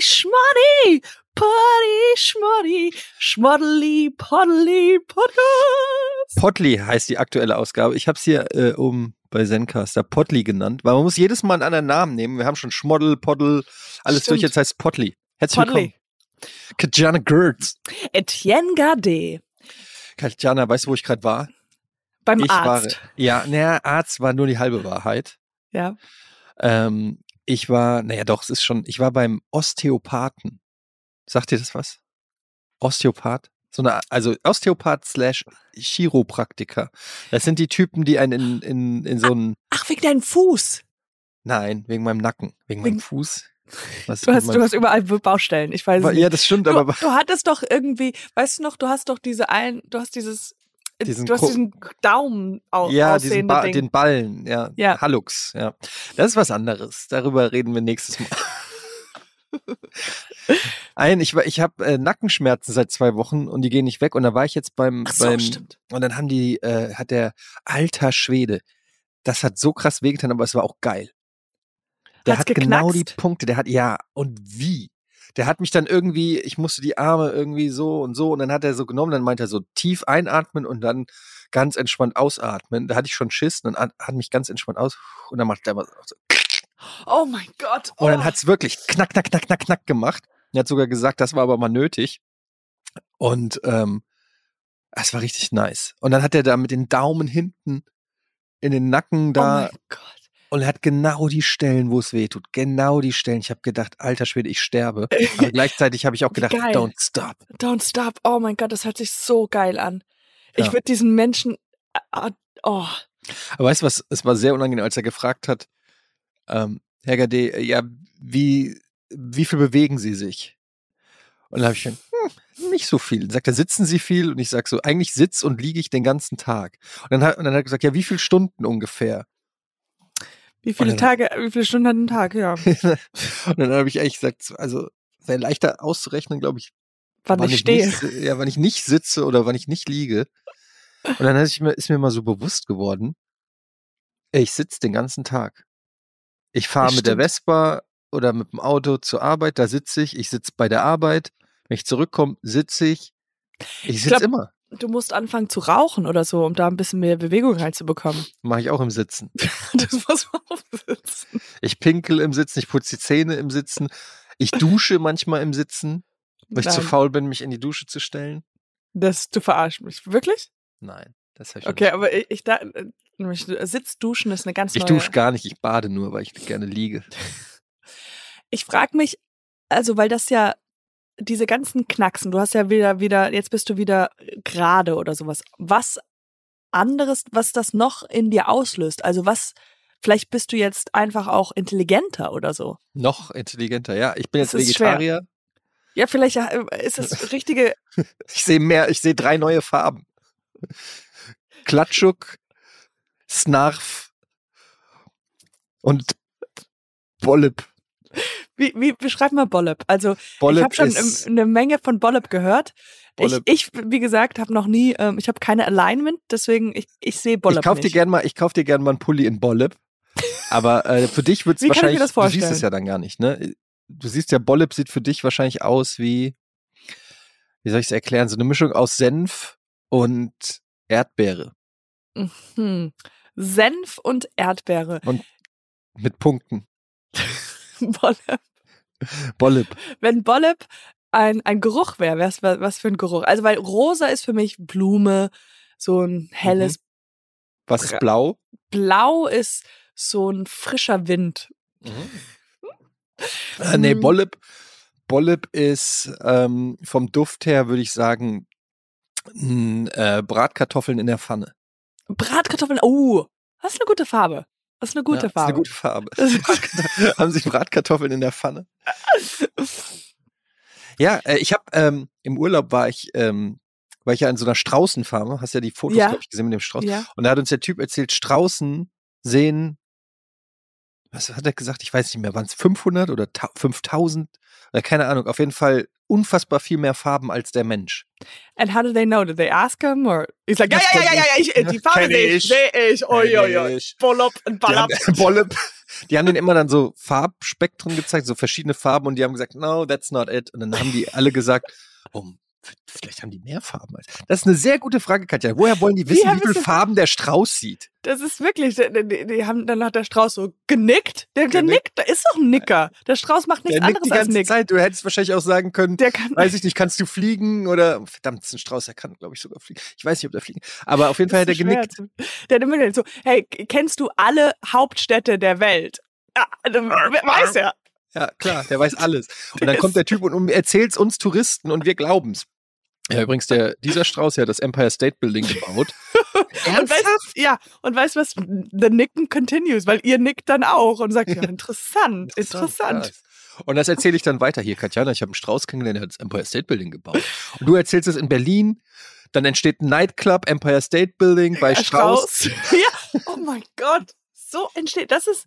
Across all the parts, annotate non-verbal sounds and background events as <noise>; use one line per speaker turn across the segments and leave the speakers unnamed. Schmoddy, Poddy, Schmoddy, Schmoddly, Poddly, Podcast.
Potli heißt die aktuelle Ausgabe. Ich habe es hier äh, um bei Zencaster Potli genannt, weil man muss jedes Mal einen anderen Namen nehmen. Wir haben schon Schmoddel, Poddel, alles
Stimmt.
durch. Jetzt heißt Potli. Herzlich willkommen.
Poddly.
Katjana Gertz.
Etienne Gade.
Katjana, weißt du, wo ich gerade war?
Beim
ich
Arzt.
war. Ja, naja, Arzt war nur die halbe Wahrheit.
Ja.
Ähm, ich war, naja, doch, es ist schon, ich war beim Osteopathen. Sagt dir das was? Osteopath? So eine, also Osteopath slash Chiropraktiker. Das sind die Typen, die einen in, in, in so einen,
Ach, wegen deinem Fuß.
nein, wegen meinem Nacken, wegen
Wegen-
meinem Fuß. Was
Du hast,
mit
du
meinem-
hast überall Baustellen. Ich weiß es nicht.
ja, das stimmt,
Du,
aber
du hattest doch irgendwie, weißt du noch, du hast doch diese einen, du hast dieses, äh,
Diesen
du hast
Ko-
diesen Daumen au
ja, diesen
aussehende
ba
Ding.
den Ballen, ja.
Ja.
Hallux, ja. Das ist was anderes. Darüber reden wir nächstes
<laughs>
Mal. Ein, ich, war- ich habe äh, Nackenschmerzen seit zwei Wochen und die gehen nicht weg. Und da war ich jetzt beim,
Ach so,
beim
stimmt.
und dann haben die, äh, hat der alter Schwede, das hat so krass wehgetan, aber es war auch geil. Der
Hat's
hat genau die
geknackst?
Punkte, der hat, ja, und wie? Der hat mich dann irgendwie, ich musste die Arme irgendwie so und so und dann hat er so genommen, dann meinte er so tief einatmen und dann ganz entspannt ausatmen. Da hatte ich schon Schiss und dann hat- hat mich ganz entspannt aus und dann macht er immer so.
Oh mein Gott.
Und dann
oh.
hat's wirklich knack, knack, knack, knack, knack gemacht. Er hat sogar gesagt, das war aber mal nötig. Und ähm, das war richtig nice. Und dann hat er da mit den Daumen hinten in den Nacken
Oh
da
mein Gott.
und er hat genau die Stellen, wo es weh tut. Genau die Stellen. Ich habe gedacht, alter Schwede, ich sterbe.
<laughs>
Aber gleichzeitig habe ich auch
Wie
gedacht,
geil.
don't stop.
Don't stop. Oh mein Gott, das hört sich so geil an. Ich
Ja.
würde diesen Menschen. ah, Oh,
Aber weißt du was, es war sehr unangenehm, als er gefragt hat, ähm, Herr Gade, äh, ja, wie, wie viel bewegen Sie sich? Und da habe ich schon, hm, nicht so viel. Dann sagt er, sitzen Sie viel? Und ich sage so, eigentlich sitz und liege ich den ganzen Tag. Und dann, hat, und dann hat er gesagt, ja, wie viele Stunden ungefähr?
wie viele
Oder-
Tage, wie viele Stunden hat ein Tag?
<laughs>
Ja,
Und dann habe ich ehrlich gesagt, also wäre leichter auszurechnen, glaube ich,
wann ich stehe.
nicht, si- ja, wann ich nicht sitze oder wann ich nicht liege. Und dann ist mir, ist mir mal so bewusst geworden, ey, ich sitze den ganzen Tag. Ich fahre
Das
mit der
stimmt.
Vespa oder mit dem Auto zur Arbeit, da sitze ich, ich sitze bei der Arbeit. Wenn ich zurückkomme, sitze ich. Ich sitze
glaub-
immer.
Du musst anfangen zu rauchen oder so, um da ein bisschen mehr Bewegung <laughs> reinzubekommen.
Mache ich auch im Sitzen.
Das muss man aufsitzen.
Ich pinkel im Sitzen, ich putze die Zähne im Sitzen. Ich dusche manchmal im Sitzen, weil ich zu
Nein,
faul bin, mich in die Dusche zu stellen.
das, du verarsch mich. Wirklich?
Nein, das habe ich noch
Okay,
nicht
aber ich, ich da. äh, nämlich Sitzduschen ist eine ganz
Ich
neue.
dusche gar nicht, ich bade nur, weil ich gerne liege.
Ich frage mich, also weil das ja diese ganzen Knacksen, du hast ja wieder wieder jetzt bist du wieder gerade oder sowas. Was anderes, was das noch in dir auslöst? Also was vielleicht bist du jetzt einfach auch intelligenter oder so.
Noch intelligenter, ja. Ich bin
Das
jetzt
ist schwer.
Vegetarier.
Ja, vielleicht äh, ist
<laughs>
es richtige
Ich sehe mehr, ich sehe drei neue Farben. Klatschuk, Snarf und Bollep.
wie, wie beschreib mal Bollep. Also ich
Bollep
habe schon
ist,
ähm, eine Menge von Bollep gehört.
Bollep.
Ich, ich wie gesagt habe noch nie ähm, ich habe keine Alignment, deswegen ich, ich sehe Bollep
ich kauf dir
nicht.
gern mal, ich kauf dir gern mal einen Pulli in Bollep. Aber äh, für dich
<laughs>
wird
Wie
es
kann ich mir
wahrscheinlich,
das
du siehst es
vorstellen?
ja dann gar nicht, ne? Du siehst ja, Bollep sieht für dich wahrscheinlich aus wie, wie soll ich es erklären, so eine Mischung aus Senf und Erdbeere
hm. Senf und Erdbeere. <laughs>
mit Punkten.
Bollep.
Bollep.
wenn Bollep ein, ein Geruch wäre, wär's, wa- was für ein Geruch? Also, weil rosa ist für mich Blume, so ein helles
Mhm. Was ist blau?
Blau ist so ein frischer Wind.
Äh, nee,
Mm.
Bollep, Bollep ist ähm, vom Duft her, würde ich sagen, n, äh, Bratkartoffeln in der Pfanne. ne?
Bratkartoffeln, oh, das ist eine gute Farbe. Das ist eine gute
ja, Ist eine
Farbe.
gute Farbe. <laughs>
Das ist-
Bratkartoffeln- Haben Sie Bratkartoffeln in der Pfanne? Ja, äh, ich habe ähm, im Urlaub war ich, ähm, war ich ja in so einer Straußenfarm. Hast ja die
<laughs>
Fotos,
Ja.
glaube ich, gesehen mit dem Strauß.
ja.
Und da hat uns der Typ erzählt, Straußen sehen was hat er gesagt? Ich weiß nicht mehr, waren es 500 oder 1000 5000? Oder keine Ahnung. Auf jeden Fall unfassbar viel mehr Farben als der Mensch.
And how do they know? Did they ask him? Or he's like, ja,
Das
ja, ja,
kenn
ja, ja, ich, äh, die Farbe
Kenn
sehe ich,
ich.
sehe ich, oi,
Kenn
oi, oi,
ich.
Bollop und
Die haben,
Ballab.
<laughs> Bollop. Die haben denen immer dann so Farbspektren gezeigt, so verschiedene Farben und die haben gesagt, no, that's not it. Und dann haben die alle gesagt, oh, vielleicht haben die mehr Farben als. Das ist eine sehr gute Frage, Katja. Woher wollen die wissen,
haben
wie viele
es-
Farben der Strauß sieht?
Das ist wirklich, die, die, die haben, dann hat der Strauß so genickt. Der, der
Genickt.
nickt, da ist doch ein Nicker. Der Strauß macht nichts
der nickt die
anderes als
ganze
nickt.
Zeit. Du hättest wahrscheinlich auch sagen können,
Der kann, <laughs>
weiß ich nicht, kannst du fliegen oder verdammt, es ist ein Strauß, er kann, glaube ich, sogar fliegen. Ich weiß nicht, ob der fliegen. Aber auf jeden Fall hat er
Das ist schwer
genickt.
zu- Der hat immer gesagt, so, hey, k- kennst du alle Hauptstädte der Welt? Ja,
Äh,
dann we- weiß er.
Ja, klar, der weiß alles. Und
Der
dann kommt
ist-
der Typ und um- erzählt's uns Touristen und wir glauben's. Ja, übrigens, der, dieser Strauß der hat das Empire State Building gebaut.
<laughs> Und weißt, ja, und weißt was? The Nicken continues, weil ihr nickt dann auch und
<laughs>
sagt, ja, interessant, interessant.
Krass. Und das erzähle ich dann weiter hier, Katjana. Ich habe einen Strauß kennengelernt, der hat das Empire State Building gebaut. Und du erzählst es in Berlin, dann entsteht ein Nightclub, Empire State Building bei
Herr
Strauß.
<laughs> Ja, oh mein Gott. So entsteht, das ist,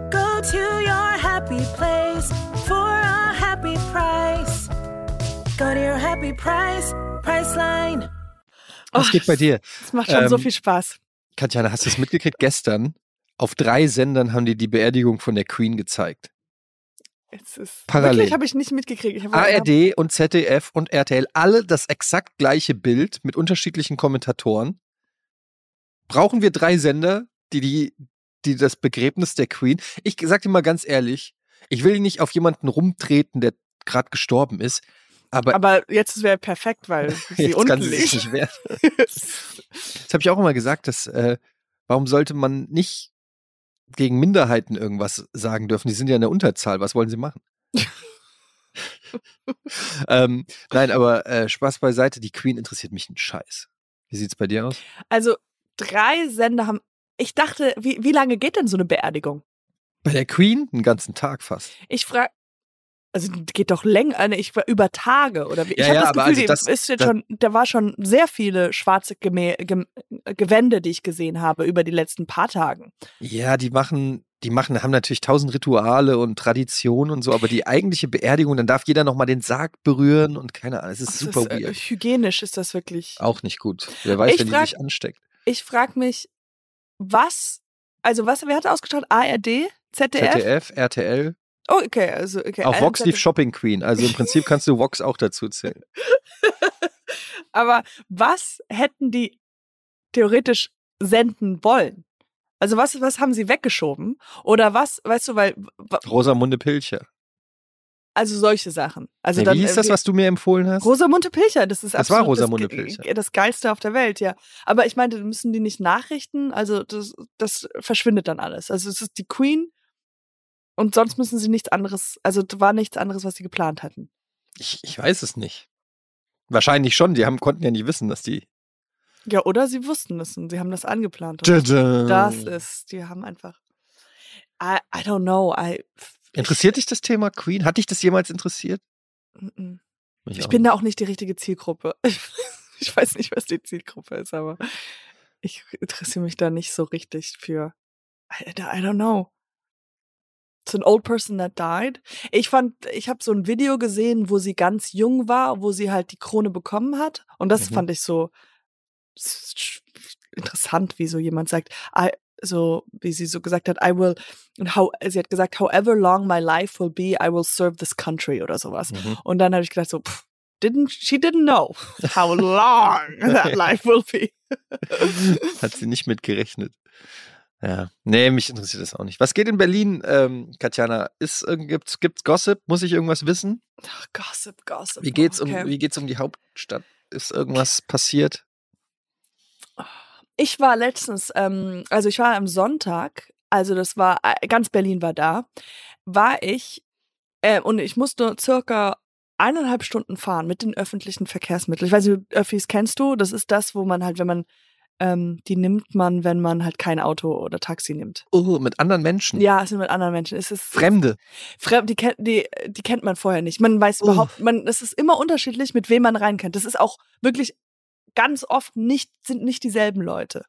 Go to your happy place for a happy price. Go to your happy price, Priceline.
Was
Oh,
geht bei dir?
Es macht schon so
Ähm,
viel Spaß.
Katjana, hast du es mitgekriegt? Gestern auf drei Sendern haben die die Beerdigung von der Queen gezeigt.
Es ist,
parallel. Ah,
Wirklich habe ich nicht mitgekriegt. Ich hab-
ARD und ZDF und RTL, alle das exakt gleiche Bild mit unterschiedlichen Kommentatoren. Brauchen wir drei Sender, die, die, die das Begräbnis der Queen. Ich sag dir mal ganz ehrlich, ich will nicht auf jemanden rumtreten, der gerade gestorben ist, aber,
Aber jetzt wäre perfekt,
<laughs>
weil sie
jetzt
unten
kann sie sich
liegt.
nicht wehren. Das habe ich auch immer gesagt, dass äh, warum sollte man nicht gegen Minderheiten irgendwas sagen dürfen? Die sind ja in der Unterzahl. Was wollen sie <laughs> machen? ähm, nein, aber äh, Spaß beiseite. Die Queen interessiert mich einen Scheiß. Wie sieht's bei dir aus?
Also drei Sender haben. Ich dachte, wie, wie lange geht denn so eine Beerdigung?
Bei der Queen einen ganzen Tag fast.
Ich frage. Also die geht doch länger, ne, ich war über Tage oder wie.
Ja,
ich habe
ja,
das
aber
Gefühl,
also
die
das-
ist jetzt
das-
schon, da war schon sehr viele schwarze Gemä Gem Gewände, die ich gesehen habe über die letzten paar Tagen.
Ja, die machen, die machen, haben natürlich tausend Rituale und Traditionen und so, aber die eigentliche Beerdigung, dann darf jeder noch mal den Sarg berühren und keine Ahnung. Es ist
Das
super
ist, äh,
weird.
Hygienisch ist das wirklich.
Auch nicht gut. Wer weiß,
Ich
wenn die
frag-
sich ansteckt.
Ich frage mich, was, also was, wer hat ausgestrahlt? ARD, ZDF?
ZDF, RTL,
Oh, okay, also okay.
Auf Vox
ZDF.
lief Shopping Queen. Also im Prinzip kannst du Vox auch dazu zählen.
Aber was hätten die theoretisch senden wollen? Also was, was haben sie weggeschoben? Oder was, weißt du, weil, wa-
Rosamunde Pilcher.
also solche Sachen. Also
Nee,
dann,
wie hieß
äh,
das, was du mir empfohlen hast?
Rosamunde Pilcher, das ist
Das war
absolut
Rosamunde
das, Ge-
Pilcher.
Ge- das Geilste auf der Welt, ja. Aber ich meinte, müssen die nicht nachrichten? Also das, das verschwindet dann alles. Also es ist die Queen und sonst müssen sie nichts anderes, also war nichts anderes, was sie geplant hatten.
ich, ich weiß es nicht. Wahrscheinlich schon. Die haben, konnten ja nicht wissen, dass die.
Ja, oder sie wussten es und sie haben das angeplant. Und
Das
Das ist, die haben einfach. I, I don't know. I,
Interessiert dich das Thema Queen? Hat dich das jemals interessiert?
Mm-mm.
Mich
Ich
auch
bin
nicht.
da auch nicht die richtige Zielgruppe. <laughs> Ich weiß nicht, was die Zielgruppe ist, aber ich interessiere mich da nicht so richtig für. I, I don't know. It's an old person that died. Ich fand, ich habe so ein Video gesehen, wo sie ganz jung war, wo sie halt die Krone bekommen hat. Und das
Mhm.
fand ich so s- sch- interessant, wie so jemand sagt, I, so wie sie so gesagt hat, I will, und how, sie hat gesagt, however long my life will be, I will serve this country oder sowas.
Mhm.
Und dann habe ich gedacht so, pff, didn't she didn't know how long
<laughs>
that life will be.
Hat sie nicht mit gerechnet. Ja. Nee, mich interessiert das auch nicht. Was geht in Berlin, ähm, Katjana? Ist, äh, gibt's, gibt's Gossip? Muss ich irgendwas wissen?
Ach, gossip, gossip. oh,
Wie geht's,
Okay.
um, wie geht's um die Hauptstadt? Ist irgendwas passiert?
ich war letztens, ähm, also ich war am Sonntag also das war, äh, ganz Berlin war da, war ich, äh, und ich musste circa eineinhalb Stunden fahren mit den öffentlichen Verkehrsmitteln. Ich weiß nicht, Öffis kennst du? Das ist das, wo man halt, wenn man, ähm, die nimmt man, wenn man halt kein Auto oder Taxi nimmt.
Oh, mit anderen Menschen.
Ja, es sind mit anderen Menschen. Es ist
Fremde.
fremd, die, kennt- die, die kennt man vorher nicht. Man weiß
Oh.
überhaupt, man, es ist immer unterschiedlich, mit wem man rein kann. Das ist auch wirklich ganz oft nicht, sind nicht dieselben Leute.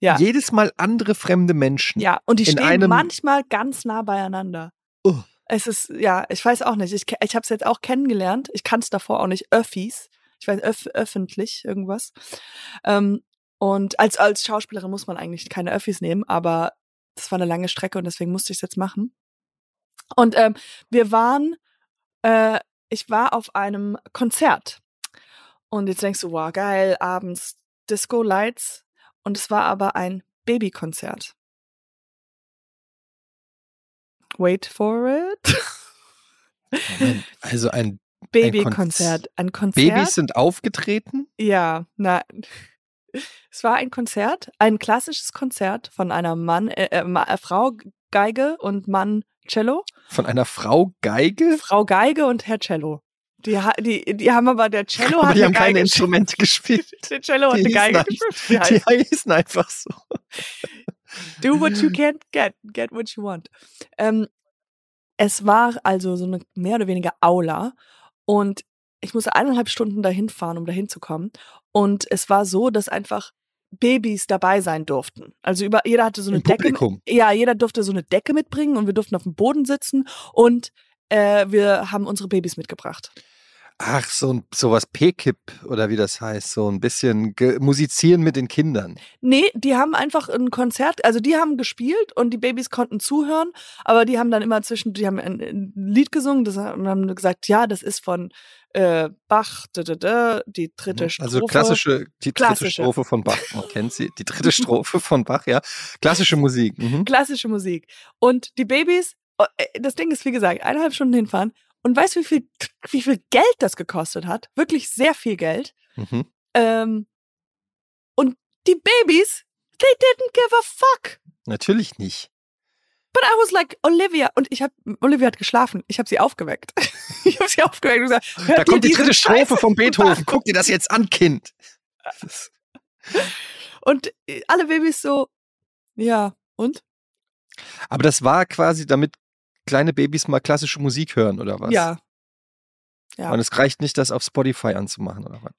Ja.
Jedes Mal andere fremde Menschen.
Ja, und die
In
stehen
einem-
manchmal ganz nah beieinander.
Oh.
Es ist, ja, ich weiß auch nicht. Ich, ke- ich habe es jetzt auch kennengelernt. Ich kannte es davor auch nicht. Öffis. Ich weiß, öff, öffentlich irgendwas. Ähm, und als, als Schauspielerin muss man eigentlich keine Öffis nehmen, aber das war eine lange Strecke und deswegen musste ich es jetzt machen. Und ähm, wir waren, äh, ich war auf einem Konzert. Und jetzt denkst du, wow, geil, abends Disco Lights. Und es war aber ein Babykonzert. Wait for it. <laughs>
Moment, Also ein
Babykonzert. Ein Konzert.
Babys sind aufgetreten.
Ja, nein. <laughs> Es war ein Konzert, ein klassisches Konzert von einer Mann, äh, äh, Ma- äh, Frau Geige und Mann Cello.
Von einer Frau Geige?
Frau Geige und Herr Cello. Die, ha- die, die haben aber der Cello
Aber
hat
die
eine
haben keine
Geige
Instrumente gespielt.
<laughs> Der Cello hat eine
Die hießen
Geige
einfach-
gespielt.
Die
Die heißt
heißen einfach so.
Do what you can't get, get what you want. Ähm, es war also so eine mehr oder weniger Aula und ich musste eineinhalb Stunden dahin fahren, um dahin zu kommen. Und es war so, dass einfach Babys dabei sein durften. Also über, jeder hatte so eine
Im
Decke. mit-
Publikum.
Ja, jeder durfte so eine Decke mitbringen und wir durften auf dem Boden sitzen und äh, wir haben unsere Babys mitgebracht.
Ach, so ein sowas P-Kip oder wie das heißt, so ein bisschen ge- musizieren mit den Kindern.
Nee, die haben einfach ein Konzert, also die haben gespielt und die Babys konnten zuhören, aber die haben dann immer zwischen, die haben ein, ein Lied gesungen, das haben haben gesagt, ja, das ist von äh, Bach, da, da, da, die dritte Strophe.
Also klassische, die dritte
Klassische.
Strophe von Bach. Man kennt sie. Die dritte Strophe von Bach, ja. Klassische Musik. Mhm.
klassische Musik. Und die Babys, oh, äh, das Ding ist, wie gesagt, eineinhalb Stunden hinfahren und weißt du, wie viel, wie viel Geld das gekostet hat? Wirklich sehr viel Geld.
Mhm.
Ähm, und die Babys, they didn't give a fuck.
Natürlich nicht.
But I was like, Olivia, und ich habe, Olivia hat geschlafen. Ich habe sie aufgeweckt. <laughs> ich habe sie aufgeweckt und gesagt, hört
Da
ihr
kommt die
diese
dritte Strophe
Scheiße?
von Beethoven. Guck dir das jetzt an, Kind. Das ist-
Und äh, alle Babys so, ja, und?
Aber das war quasi, damit kleine Babys mal klassische Musik hören, oder was?
Ja. ja.
Und es reicht nicht, das auf Spotify anzumachen, oder was?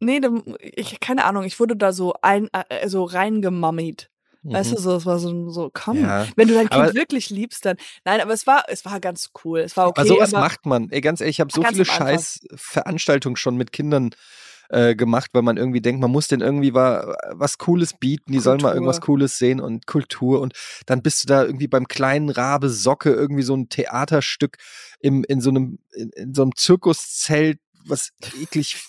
Nee, da, ich, keine Ahnung, ich wurde da so ein, äh, so reingemummied. Weißt
Mhm.
du, so, es war so, so komm.
Ja.
Wenn du dein Kind
Aber-
wirklich liebst, dann. Nein, aber es war, es war ganz cool. Es war okay.
also sowas
aber,
macht man. Ey, ganz ehrlich, ich habe so
Ganz
viele
am Anfang.
scheiß Veranstaltungen schon mit Kindern äh, gemacht, weil man irgendwie denkt, man muss denen irgendwie wa was Cooles bieten, die sollen mal
Kultur.
irgendwas Cooles sehen und Kultur und dann bist du da irgendwie beim kleinen Rabe Socke irgendwie so ein Theaterstück im, in so einem in, in so einem Zirkuszelt, was eklig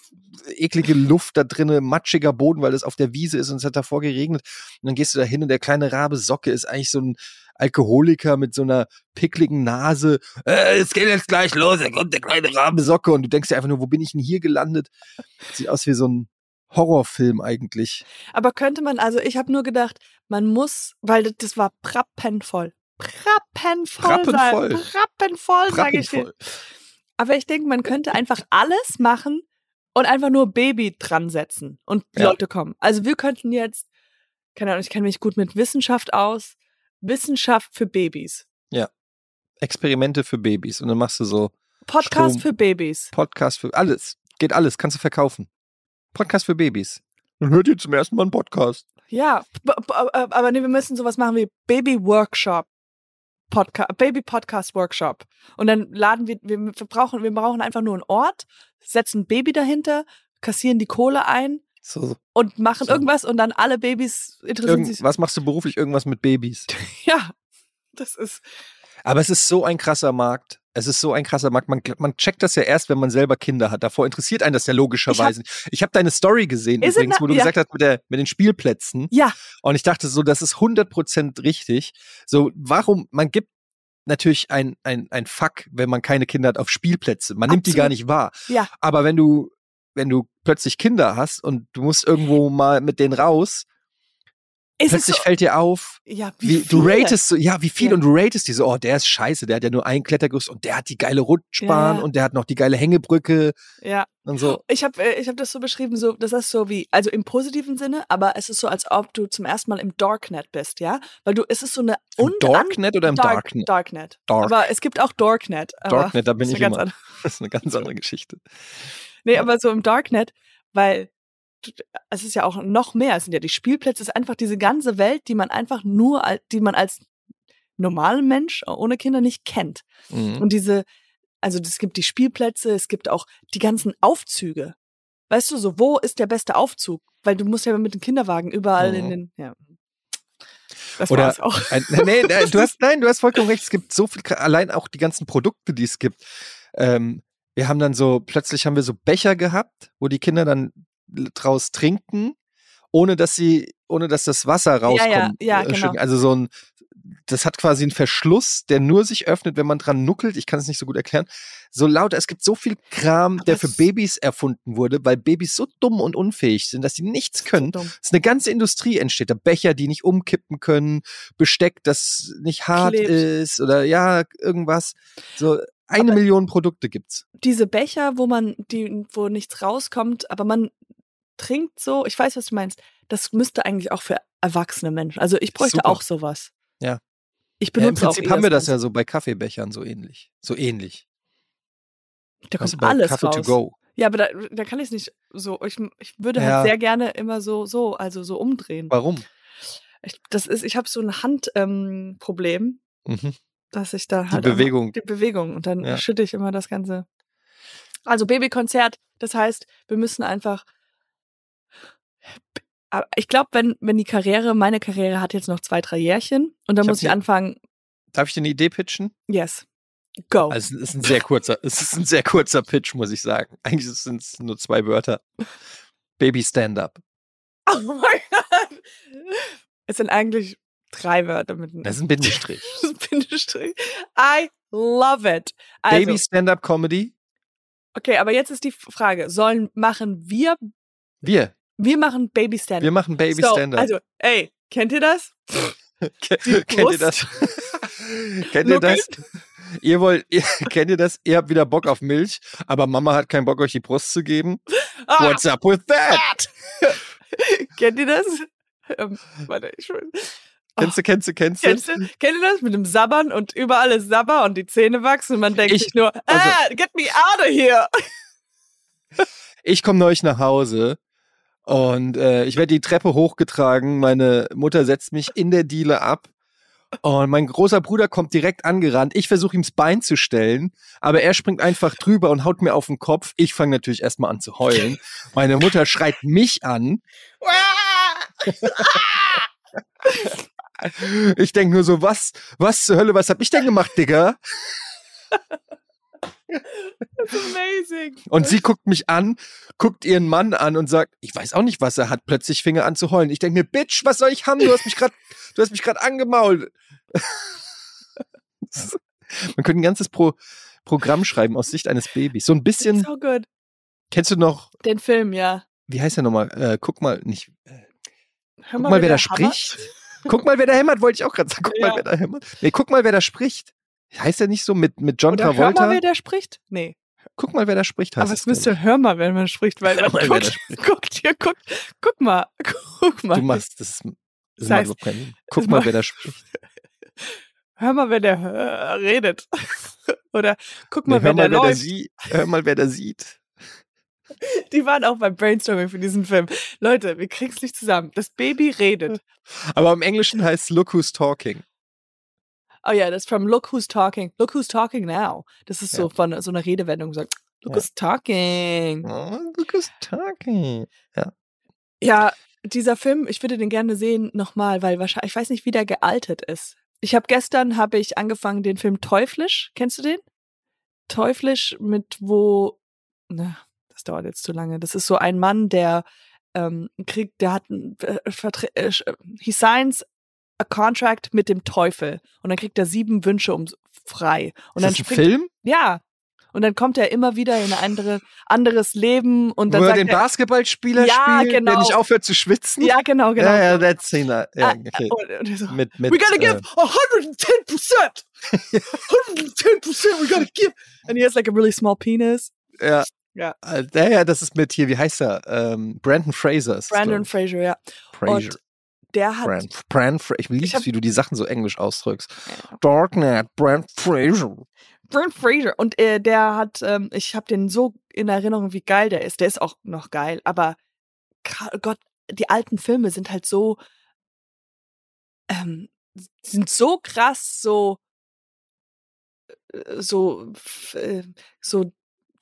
eklige Luft da drinne, matschiger Boden, weil es auf der Wiese ist und es hat davor geregnet und dann gehst du da hin und der kleine Rabe Socke ist eigentlich so ein Alkoholiker mit so einer pickligen Nase äh, es geht jetzt gleich los, da kommt der kleine Rabensocke und du denkst dir einfach nur, wo bin ich denn hier gelandet? Sieht aus wie so ein Horrorfilm eigentlich.
aber könnte man, also ich habe nur gedacht, man muss, weil das, das war prappenvoll. Prappenvoll.
Prappenvoll.
Sein, prappenvoll, sage ich dir.
Rappenvoll.
Aber ich denke, man könnte einfach alles machen und einfach nur Baby dran setzen und die
Ja.
Leute kommen. Also wir könnten jetzt, keine Ahnung, ich kenne mich gut mit Wissenschaft aus, Wissenschaft für Babys,
Experimente für Babys und dann machst du so
Podcast
Strom.
für Babys.
Podcast für alles. Geht alles, kannst du verkaufen. Podcast für Babys. Dann hört ihr zum ersten Mal einen Podcast.
Ja, b- b- äh, aber nee, wir müssen sowas machen wie Baby Workshop. Podcast, Baby Podcast Workshop. Und dann laden wir, wir brauchen, wir brauchen einfach nur einen Ort, setzen ein Baby dahinter, kassieren die Kohle ein
So, so.
und machen
So.
irgendwas und dann alle Babys interessieren
Irgend-
sich.
was machst du beruflich? Irgendwas mit <laughs> Babys.
<laughs> Ja, das ist
Aber es ist so ein krasser Markt. Es ist so ein krasser Markt. Man, man checkt das ja erst, wenn man selber Kinder hat. Davor interessiert einen das ja logischerweise. nicht. Ich habe hab deine Story gesehen,
Ist it
übrigens, wo
not-
du
ja.
gesagt hast mit, der, mit den Spielplätzen.
Ja.
Und ich dachte so, das ist 100% richtig. So, warum, man gibt natürlich ein, ein, ein Fuck, wenn man keine Kinder hat, auf Spielplätze. Man nimmt die gar
Absolut.
nicht wahr.
Ja.
Aber wenn du, wenn du plötzlich Kinder hast und du musst irgendwo mal mit denen raus,
Es ist
Plötzlich
so,
fällt dir auf,
ja, wie
wie, du
viele.
ratest so, ja, wie viel
Ja.
und du ratest diese, oh, der ist scheiße, der hat ja nur einen Klettergerüst und der hat die geile Rutschbahn
Ja.
und der hat noch die geile Hängebrücke
Ja.
und so.
Ich habe ich hab das so beschrieben, so, das ist so wie, also im positiven Sinne, aber es ist so, als ob du zum ersten Mal im Darknet bist, ja? Weil du, es ist so eine
Im
un- an-
Darknet oder im
Dark-
Darknet?
Darknet.
Dark.
Aber es gibt auch Darknet. Aber
Darknet, da bin
ist
ich
eine ganz
immer.
andere-
<laughs> Das ist eine ganz andere Geschichte.
Nee,
Ja.
aber so im Darknet, weil du- es ist ja auch noch mehr, es sind ja die Spielplätze, es ist einfach diese ganze Welt, die man einfach nur, als, die man als normaler Mensch ohne Kinder nicht kennt.
Mhm.
Und diese, also es gibt die Spielplätze, es gibt auch die ganzen Aufzüge. Weißt du, so, wo ist der beste Aufzug? Weil du musst ja mit dem Kinderwagen überall
Mhm.
in den. Ja. Das
Oder-
war's auch. <laughs>
Ein, nee, nee, du hast, nein, du hast vollkommen recht. Es gibt so viel, allein auch die ganzen Produkte, die es gibt. Ähm, wir haben dann so, plötzlich haben wir so Becher gehabt, wo die Kinder dann draus trinken, ohne dass sie, ohne dass das Wasser
ja,
rauskommt.
ja,
äh,
genau.
schütten. Also so ein, das hat quasi einen Verschluss, der nur sich öffnet, wenn man dran nuckelt. Ich kann es nicht so gut erklären. So laut, es gibt so viel Kram,
Aber
der für
es-
Babys erfunden wurde, weil Babys so dumm und unfähig sind, dass sie nichts können.
Dumm.
Es ist eine ganze Industrie entsteht. Da Becher, die nicht umkippen können, Besteck, das nicht hart
Klebt.
ist oder ja, irgendwas. So eine
Aber-
Million Produkte gibt's.
Diese Becher, wo man, die, wo nichts rauskommt, aber man trinkt so, ich weiß, was du meinst. Das müsste eigentlich auch für erwachsene Menschen. Also ich bräuchte
Super.
auch sowas.
Ja.
Ich
Ja, Im
benutze
Prinzip
auch
haben wir das
ja.
ja so bei Kaffeebechern so ähnlich. So ähnlich.
Da
Weißt du,
kommt
bei
alles
Kaffee
raus.
to go.
Ja, aber da, da kann ich es nicht so. Ich, ich würde
Ja.
halt sehr gerne immer so, so, also so umdrehen.
Warum?
Ich, das ist, ich habe so ein Handproblem, ähm, Problem,
Mhm.
dass ich da
Die
halt
Bewegung.
Immer, die Bewegung und dann
Ja.
schütte ich immer das Ganze. Also Babykonzert, das heißt, wir müssen einfach. Aber Ich glaube, wenn, wenn die Karriere, meine Karriere hat jetzt noch zwei, drei Jährchen und dann
Ich hab
muss ich
ne-
anfangen,
Darf ich dir eine Idee pitchen?
yes, go.
Also es ist ein sehr kurzer, es ist ein sehr kurzer Pitch, muss ich sagen. Eigentlich sind es nur zwei Wörter. Baby Stand-up.
<laughs> oh mein Gott. Es sind eigentlich drei Wörter mit einem
Das ist ein Bindestrich.
<laughs> Bindestrich. I love it. Also,
Baby Stand-up Comedy.
okay, aber jetzt ist die Frage, sollen, machen wir,
Wir,
wir machen Baby Stand-Up.
wir machen Baby
so,
Stand-up.
Also, ey, kennt ihr das?
Ke- Kennt ihr das? <laughs> kennt ihr das?
Brust.
Ihr wollt, <laughs> ihr, kennt ihr das? Ihr habt wieder Bock auf Milch, aber Mama hat keinen Bock, euch die Brust zu geben.
Ah,
What's up with that?
kennt ihr das? <laughs> Ähm, warte, ich will.
Kennst du, kennst du, kennst du?
Kennst du, kennt ihr das mit dem Sabbern und überall ist Sabber und die Zähne wachsen und man denkt
Ich- also
sich nur, ah, get me out of here. <laughs>
Ich komme neulich nach Hause und äh, ich werde die Treppe hochgetragen. Meine Mutter setzt mich in der Diele ab. Und mein großer Bruder kommt direkt angerannt. Ich versuche ihm das Bein zu stellen, aber er springt einfach drüber und haut mir auf den Kopf. Ich fange natürlich erstmal an zu heulen. Meine Mutter schreit mich an. Ich denke nur so, was, was zur Hölle, was hab ich denn gemacht, Digga?
That's amazing.
Und sie guckt mich an, guckt ihren Mann an und sagt, ich weiß auch nicht, was er hat, plötzlich Finger an zu heulen. Ich denke mir, Bitch, was soll ich haben? Du hast mich gerade, du hast mich
<laughs>
gerade angemault. Man könnte ein ganzes Pro Programm schreiben aus Sicht eines Babys. So ein bisschen,
So good.
kennst du noch,
Den Film, ja.
wie heißt der nochmal? Äh, guck mal, nicht,
Hör
guck mal, wer
wieder
da
Hammer.
spricht. Guck mal, wer da hämmert, wollte ich auch gerade sagen. Guck
Ja.
mal, wer da hämmert. Nee, guck mal, wer da spricht. Heißt der nicht so mit, mit John
Oder hör
Travolta?
mal, wer da spricht? Nee.
guck mal, wer da spricht. Heißt
Aber es
denn.
müsste hör mal, wenn man spricht, weil man
mal, wer
guckt,
da
<laughs> guckt hier, guckt, guck mal, <laughs> guck mal.
Du machst das. ist- Das
Das
ist mal
heißt,
so kein- Guck
es
mal,
macht-
wer da spricht.
Hör mal, wenn der äh, redet. <laughs> Oder guck mal,
Nee, hör
wenn
mal,
der
wer da
läuft.
sieht. Hör mal, wer da sieht.
Die waren auch beim Brainstorming für diesen Film. Leute, wir kriegen's nicht zusammen. Das Baby redet.
Aber im Englischen heißt Look Who's Talking.
Oh ja, das ist from Look Who's Talking. Look Who's Talking Now. Das ist so
Ja.
von so einer Redewendung. So, look
Ja.
Who's Talking.
Oh, look Who's Talking.
Ja, dieser Film, ich würde den gerne sehen nochmal, weil wahrscheinlich, ich weiß nicht, wie der gealtert ist. Ich habe gestern, habe ich angefangen, den Film Teuflisch, kennst du den? Teuflisch mit wo, na, das dauert jetzt zu lange. Das ist so ein Mann, der ähm, kriegt, der hat, ein, äh, Verträ- äh, sch- äh, he signs a contract mit dem Teufel und dann kriegt er sieben Wünsche um frei. Und
ist
dann
das ein
springt-
Film?
ja. Und dann kommt er immer wieder in ein andere, anderes Leben und dann
Wo er
sagt
den
er,
Basketballspieler
Ja,
spielt,
genau.
der nicht aufhört zu schwitzen.
ja genau, genau.
Ja, ja, that's Cena. Ja,
Ah,
okay.
und, und er so,
Mit, mit,
we gotta give
äh, <laughs>
110%! 110% we gotta give! And he has like a really small penis.
Ja.
Ja.
Äh, Ja, ja, das ist mit hier, wie heißt er? Ähm, Brandon Fraser. Ist es,
Brandon
glaub
Fraser, ja.
ich. Fraser.
Der hat,
Brand, Brand Fra
Ich
ich liebe
hab-
es, wie du die Sachen so englisch ausdrückst. Darknet, Brand Fraser.
Brent Fraser. Und äh, der hat, ähm, ich habe den so in Erinnerung, wie geil der ist. Der ist auch noch geil, aber Ka- oh Gott, die alten Filme sind halt so, ähm, sind so krass, so, äh, so, f- äh, so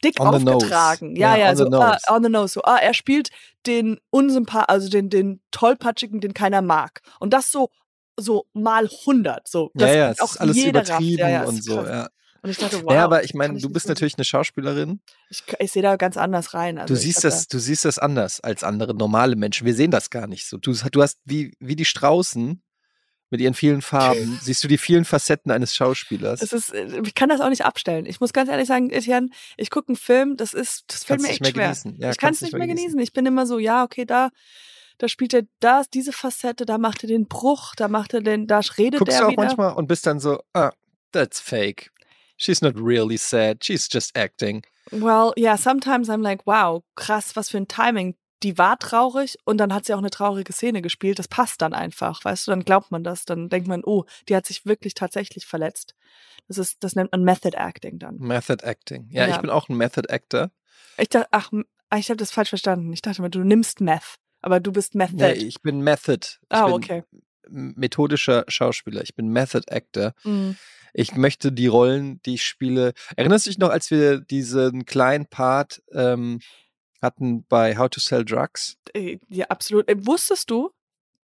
dick
On the nose.
aufgetragen. Ja,
Ja,
ja,
on
so
the nose.
Ah, on the nose. So, ah, er spielt den unsympath, also den, den tollpatschigen, den keiner mag. Und das so, so mal 100. So,
Ja,
Das
ja,
geht
es ist alles
jeder rafft.
übertrieben
Ja, ja,
und
ist
so.
krass.
Ja.
Und ich dachte, wow.
ja, aber ich
kann
meine, du
nicht
bist
so-
natürlich eine Schauspielerin.
Ich, ich sehe da ganz anders rein. Also
Du
ich
siehst
hab
das, du siehst das anders als andere normale Menschen. Wir sehen das gar nicht so. Du, du hast wie, wie die Straußen mit ihren
<laughs>
vielen Farben, siehst du die vielen Facetten eines
Da,
Schauspielers.
es ist, äh, ich kann das auch nicht abstellen. Ich muss ganz ehrlich sagen, Etienne, ich gucke einen Film, das ist, das fällt
Kannst
mir echt
nicht mehr
schwer.
genießen. Ja,
ich kann es
kannst
nicht mehr genießen. Ich bin immer so, ja, okay, da, da spielt er das, diese Facette, da macht er den Bruch, da macht er den, da redet
Guckst
er
du auch
wieder.
manchmal und bist dann so, ah, that's fake. She's not really sad. She's just acting.
Well, yeah, sometimes I'm like, wow, krass, was für ein Timing. Die war traurig und dann hat sie auch eine traurige Szene gespielt. Das passt dann einfach, weißt du, dann glaubt man das, dann denkt man, oh, die hat sich wirklich tatsächlich verletzt. Das ist, das nennt man Method Acting dann.
Method Acting. Ja,
Ja.
ich bin auch ein Method Actor.
Ich dachte, ach, m- ah, ich habe das falsch verstanden. Ich dachte mal, du nimmst Meth, aber du bist Method.
Nee, ich bin Method. Ich
ah,
bin
okay.
Methodischer Schauspieler. Ich bin Method Actor.
Mm.
Ich möchte die Rollen, die ich spiele. Erinnerst du dich noch, als wir diesen kleinen Part ähm, hatten bei How to Sell Drugs?
Äh, Ja, absolut. Äh, Wusstest du,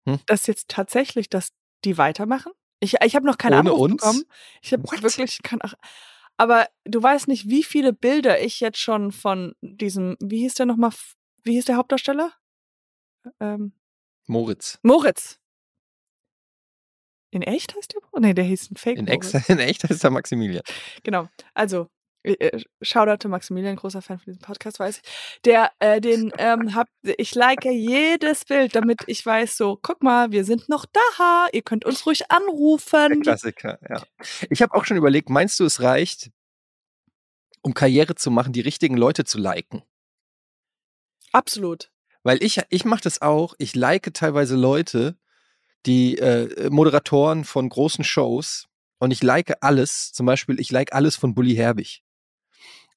Hm?
dass jetzt tatsächlich, dass die weitermachen? Ich, ich habe noch keinen
Ohne
Anruf
uns?
bekommen. Ich habe
What?
wirklich kein, ach, aber du weißt nicht, wie viele Bilder ich jetzt schon von diesem, wie hieß der nochmal, F- wie hieß der Hauptdarsteller? Ähm,
Moritz.
Moritz. In echt heißt der? Nee, der hieß ein Fake.
In,
Moritz.
ex <laughs> in echt heißt er Maximilian.
Genau. Also, äh, äh, Shoutout to Maximilian, großer Fan von diesem Podcast, weiß ich. Der,
<laughs>
äh, den, ähm, hab, ich like jedes Bild, damit ich weiß, so, guck mal, wir sind noch da, ihr könnt uns ruhig
Der
anrufen.
Klassiker, ja. Ich habe auch schon überlegt, meinst du, es reicht, um Karriere zu machen, die richtigen Leute zu liken?
Absolut.
Weil ich, ich mache das auch. Ich like teilweise Leute, die äh, Moderatoren von großen Shows und ich like alles. Zum Beispiel, ich like alles von Bully Herbig.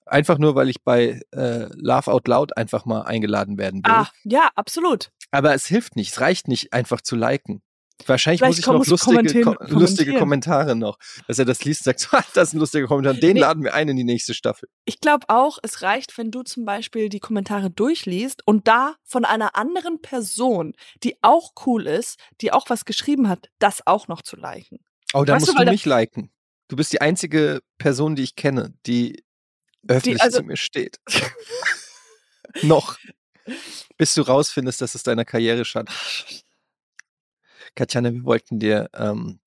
Einfach nur, weil ich bei äh, Laugh Out Loud einfach mal eingeladen werden will.
Ah, ja, absolut.
Aber es hilft nicht. Es reicht nicht, einfach zu liken. Wahrscheinlich
Vielleicht
muss ich
komm-
noch
musst du
lustige,
kommentieren-
ko lustige
kommentieren.
Kommentare noch, dass er das liest und sagt, <laughs> "Ha, das ist ein lustiger Kommentar, den
Nee.
laden wir ein in die nächste Staffel.
Ich glaube auch, es reicht, wenn du zum Beispiel die Kommentare durchliest und da von einer anderen Person, die auch cool ist, die auch was geschrieben hat, das auch noch zu liken.
Oh, da
Weißt du,
musst du,
weil da-
mich liken. Du bist die einzige Person, die ich kenne, die öffentlich
also-
zu
<laughs>
mir steht. noch. Bis du rausfindest, dass es deiner
<laughs>
Karriere schadet. Katjana, wir wollten dir, ähm,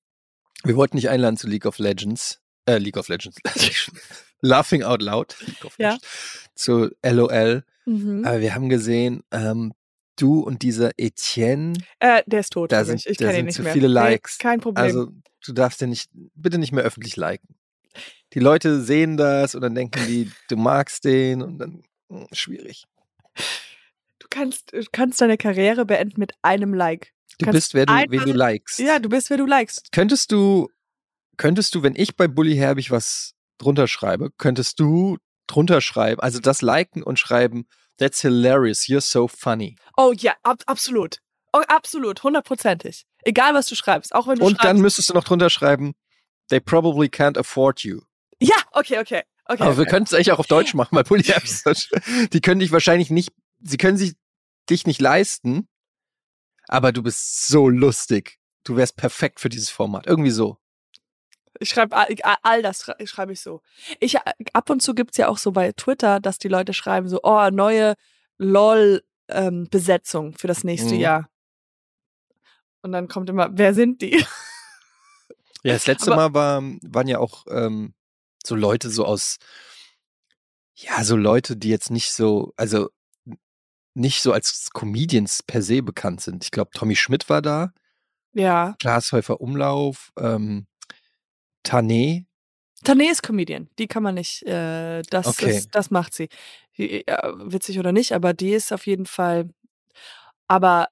wir wollten dich einladen zu League of Legends, äh, League of Legends, <laughs> Laughing Out Loud, League of
Ja.
Legends, zu LOL.
Mhm.
Aber wir haben gesehen, ähm, du und dieser Etienne,
Äh, der ist tot.
Da
für
sind-
mich. ich
da
kenne ihn
sind
nicht
zu
mehr.
viele Likes.
Nee, kein Problem.
also du darfst ja nicht, bitte nicht mehr öffentlich liken. Die Leute sehen das und dann denken die, du magst den und dann hm, schwierig.
du kannst, du kannst deine Karriere beenden mit einem Like.
Du
Kannst
bist, wer du, wen du
einmal-
likest.
Ja, du bist, wer du likest.
Könntest du, könntest du, wenn ich bei Bully Herbig was drunter schreibe, könntest du drunter schreiben, also das liken und schreiben, that's hilarious, you're so funny.
Oh ja, ab, absolut. Oh, absolut, hundertprozentig. Egal, was du schreibst, auch wenn du
Und
schreibst.
dann müsstest du noch drunter schreiben, they probably can't afford you.
ja, okay, okay. okay.
Aber wir könnten es eigentlich auch auf Deutsch machen, weil <laughs> Bully Herbig ist Deutsch. Die können dich wahrscheinlich nicht, sie können sich dich nicht leisten, aber du bist so lustig. Du wärst perfekt für dieses Format. Irgendwie so.
Ich schreibe all, all das schrei- schreibe ich so. Ich äh, ab und zu gibt's ja auch so bei Twitter, dass die Leute schreiben so, oh, neue LOL ähm, Besetzung für das nächste
Mhm.
Jahr. Und dann kommt immer, wer sind die? <laughs>
Ja, das letzte
Aber-
Mal war, waren ja auch ähm, so Leute so aus Ja, so Leute, die jetzt nicht so, also nicht so als Comedians per se bekannt sind. Ich glaube, Tommy Schmidt war da,
Ja.
Klaas Häufer Umlauf, ähm, Tané.
Tané ist Comedian. Die kann man nicht. Äh, das,
Okay.
ist, das macht sie. Die, ja, witzig oder nicht, aber die ist auf jeden Fall. Aber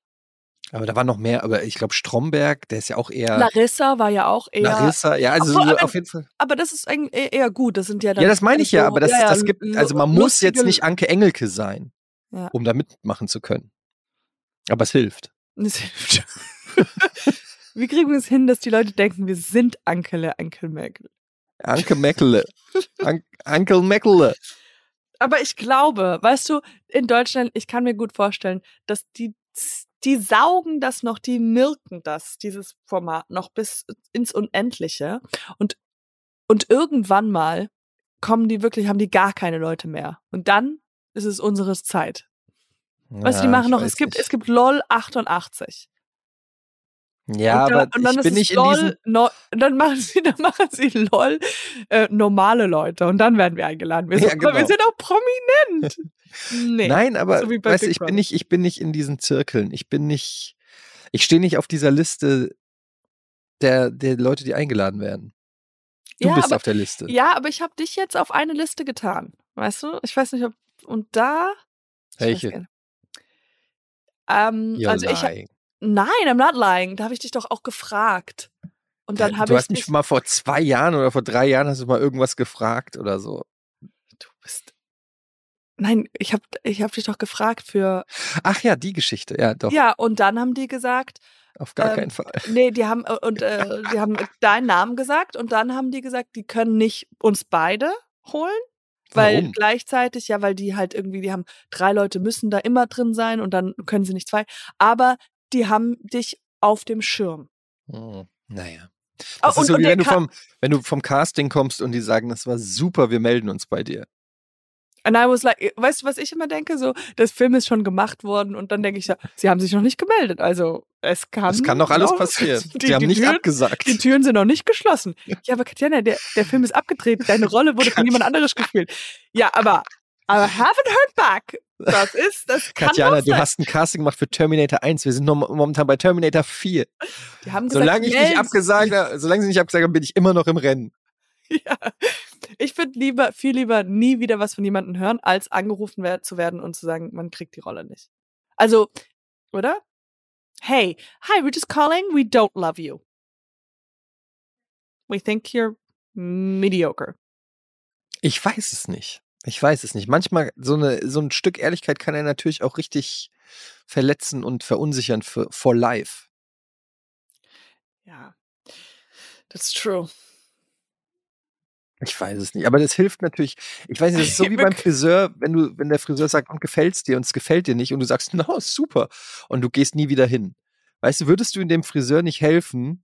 Aber da war noch mehr, aber ich glaube Stromberg, der ist ja auch eher
Larissa war ja auch eher.
Larissa, ja, also
Obwohl,
so
aber-
auf jeden Fall.
Aber das ist eigentlich e- eher gut. Das sind ja dann.
Ja, das meine ich ja,
so-
aber das,
ja,
das gibt, also man
lu-
muss jetzt
lustige- <laughs>
nicht Anke Engelke sein,
Ja.
um da mitmachen zu können. Aber es hilft.
Es hilft. Wie kriegen <laughs> wir es hin, dass die Leute denken, wir sind Ankele, Ankel Merkel? <laughs>
Anke Meckele. An Ankel Meckele.
Aber ich glaube, weißt du, in Deutschland, ich kann mir gut vorstellen, dass die, die saugen das noch, die milken das, dieses Format noch bis ins Unendliche. Und, und irgendwann mal kommen die wirklich, haben die gar keine Leute mehr. Und dann ist es unsere Zeit. Weißt du, die
Ja,
machen
ich
noch,
weiß
es gibt,
nicht.
es gibt LOL 88.
Ja,
und da-
aber
und dann
ich
ist
bin
es
nicht in
LOL,
diesem.
no, dann machen sie, <laughs> dann machen sie LOL äh, normale Leute und dann werden wir eingeladen. Wir,
Ja,
sind, aber wir
genau.
sind auch
<laughs>
prominent. Nee.
Nein, aber
so wie bei
weißt du,
Big
ich
Brother.
bin nicht, ich bin nicht in diesen Zirkeln. Ich bin nicht, ich stehe nicht auf dieser Liste der, der Leute, die eingeladen werden. Du
ja,
bist
aber,
auf der Liste.
ja, aber ich habe dich jetzt auf eine Liste getan. Weißt du? Ich weiß nicht, ob. Und da. ich weiß
Welche?
gar nicht. Ähm,
You're
also ich hab,
lying.
Nein, I'm not lying. Da habe ich dich doch auch gefragt. Und dann habe
du
ich.
hast mich
dich-
mal vor zwei Jahren oder vor drei Jahren hast du mal irgendwas gefragt oder so.
Du bist. Nein, ich habe ich hab dich doch gefragt für.
Ach ja, die Geschichte. Ja, doch.
Ja, und dann haben die
<laughs>
gesagt,
Auf gar
Ähm,
keinen Fall.
nee, die haben äh, und äh, die haben deinen Namen gesagt und dann haben die gesagt, die können nicht uns beide holen, weil
Warum?
gleichzeitig ja, weil die halt irgendwie, die haben drei Leute müssen da immer drin sein und dann können sie nicht zwei, aber die haben dich auf dem Schirm.
Hm, naja.
Ah,
Das ist so, wie
der
wenn du,
Ka-
vom, wenn du vom Casting kommst und die sagen, das war super, wir melden uns bei dir.
And I was like, äh, weißt du, was ich immer denke? So, das Film ist schon gemacht worden und dann denke ich, ja, sie haben sich noch nicht gemeldet. Also es kann.
Das kann doch alles
noch- <laughs>
passieren. Die, haben nicht
Türen-
abgesagt.
genau, Die Türen sind noch nicht
<laughs>
geschlossen. Ja, aber Katjana, der, der Film ist abgedreht. Deine Rolle wurde von jemand anderes gespielt. Ja, aber, aber haven't heard back. Das ist, das kann
Katjana,
doch sein.
du hast ein Casting gemacht für Terminator 1. Wir sind noch mo- momentan bei Terminator 4.
Die haben gesagt,
Solange ich nicht
melden Sie-
abgesagt habe, solange sie nicht abgesagt haben, bin ich immer noch im Rennen.
<laughs> Ja. Ich würde lieber, viel lieber nie wieder was von jemandem hören, als angerufen wer- zu werden und zu sagen, man kriegt die Rolle nicht. Also, oder? Hey, hi, we're just calling. We don't love you. We think you're mediocre.
Ich weiß es nicht. Ich weiß es nicht. Manchmal so, eine, so ein Stück Ehrlichkeit kann er natürlich auch richtig verletzen und verunsichern für, for life.
Ja. That's true.
Ich weiß es nicht. Aber das hilft natürlich. Ich weiß nicht, das ist so wie beim Friseur, wenn du, wenn der Friseur sagt, oh, gefällt's dir und es gefällt dir nicht und du sagst, <laughs> na, no, super. Und du gehst nie wieder hin. Weißt du, würdest du in dem Friseur nicht helfen,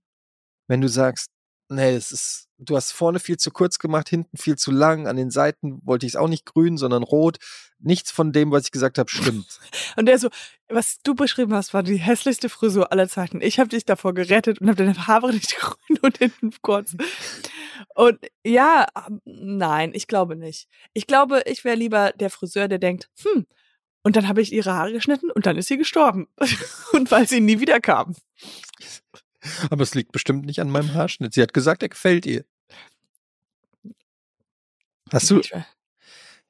wenn du sagst, nee, es ist, du hast vorne viel zu kurz gemacht, hinten viel zu lang, an den Seiten wollte ich es auch nicht grün, sondern rot. Nichts von dem, was ich gesagt habe, stimmt.
Und der so, was du beschrieben hast, war die hässlichste Frisur aller Zeiten. Ich habe dich davor gerettet und habe deine Haare <laughs> nicht grün und hinten kurz. Und ja, ähm, nein, ich glaube nicht. Ich glaube, ich wäre lieber der Friseur, der denkt, hm, und dann habe ich ihre Haare geschnitten und dann ist sie gestorben. <laughs> und weil sie nie wiederkam.
Aber es liegt bestimmt nicht an meinem Haarschnitt. Sie hat gesagt, er gefällt ihr. Hast du,
Ich wär-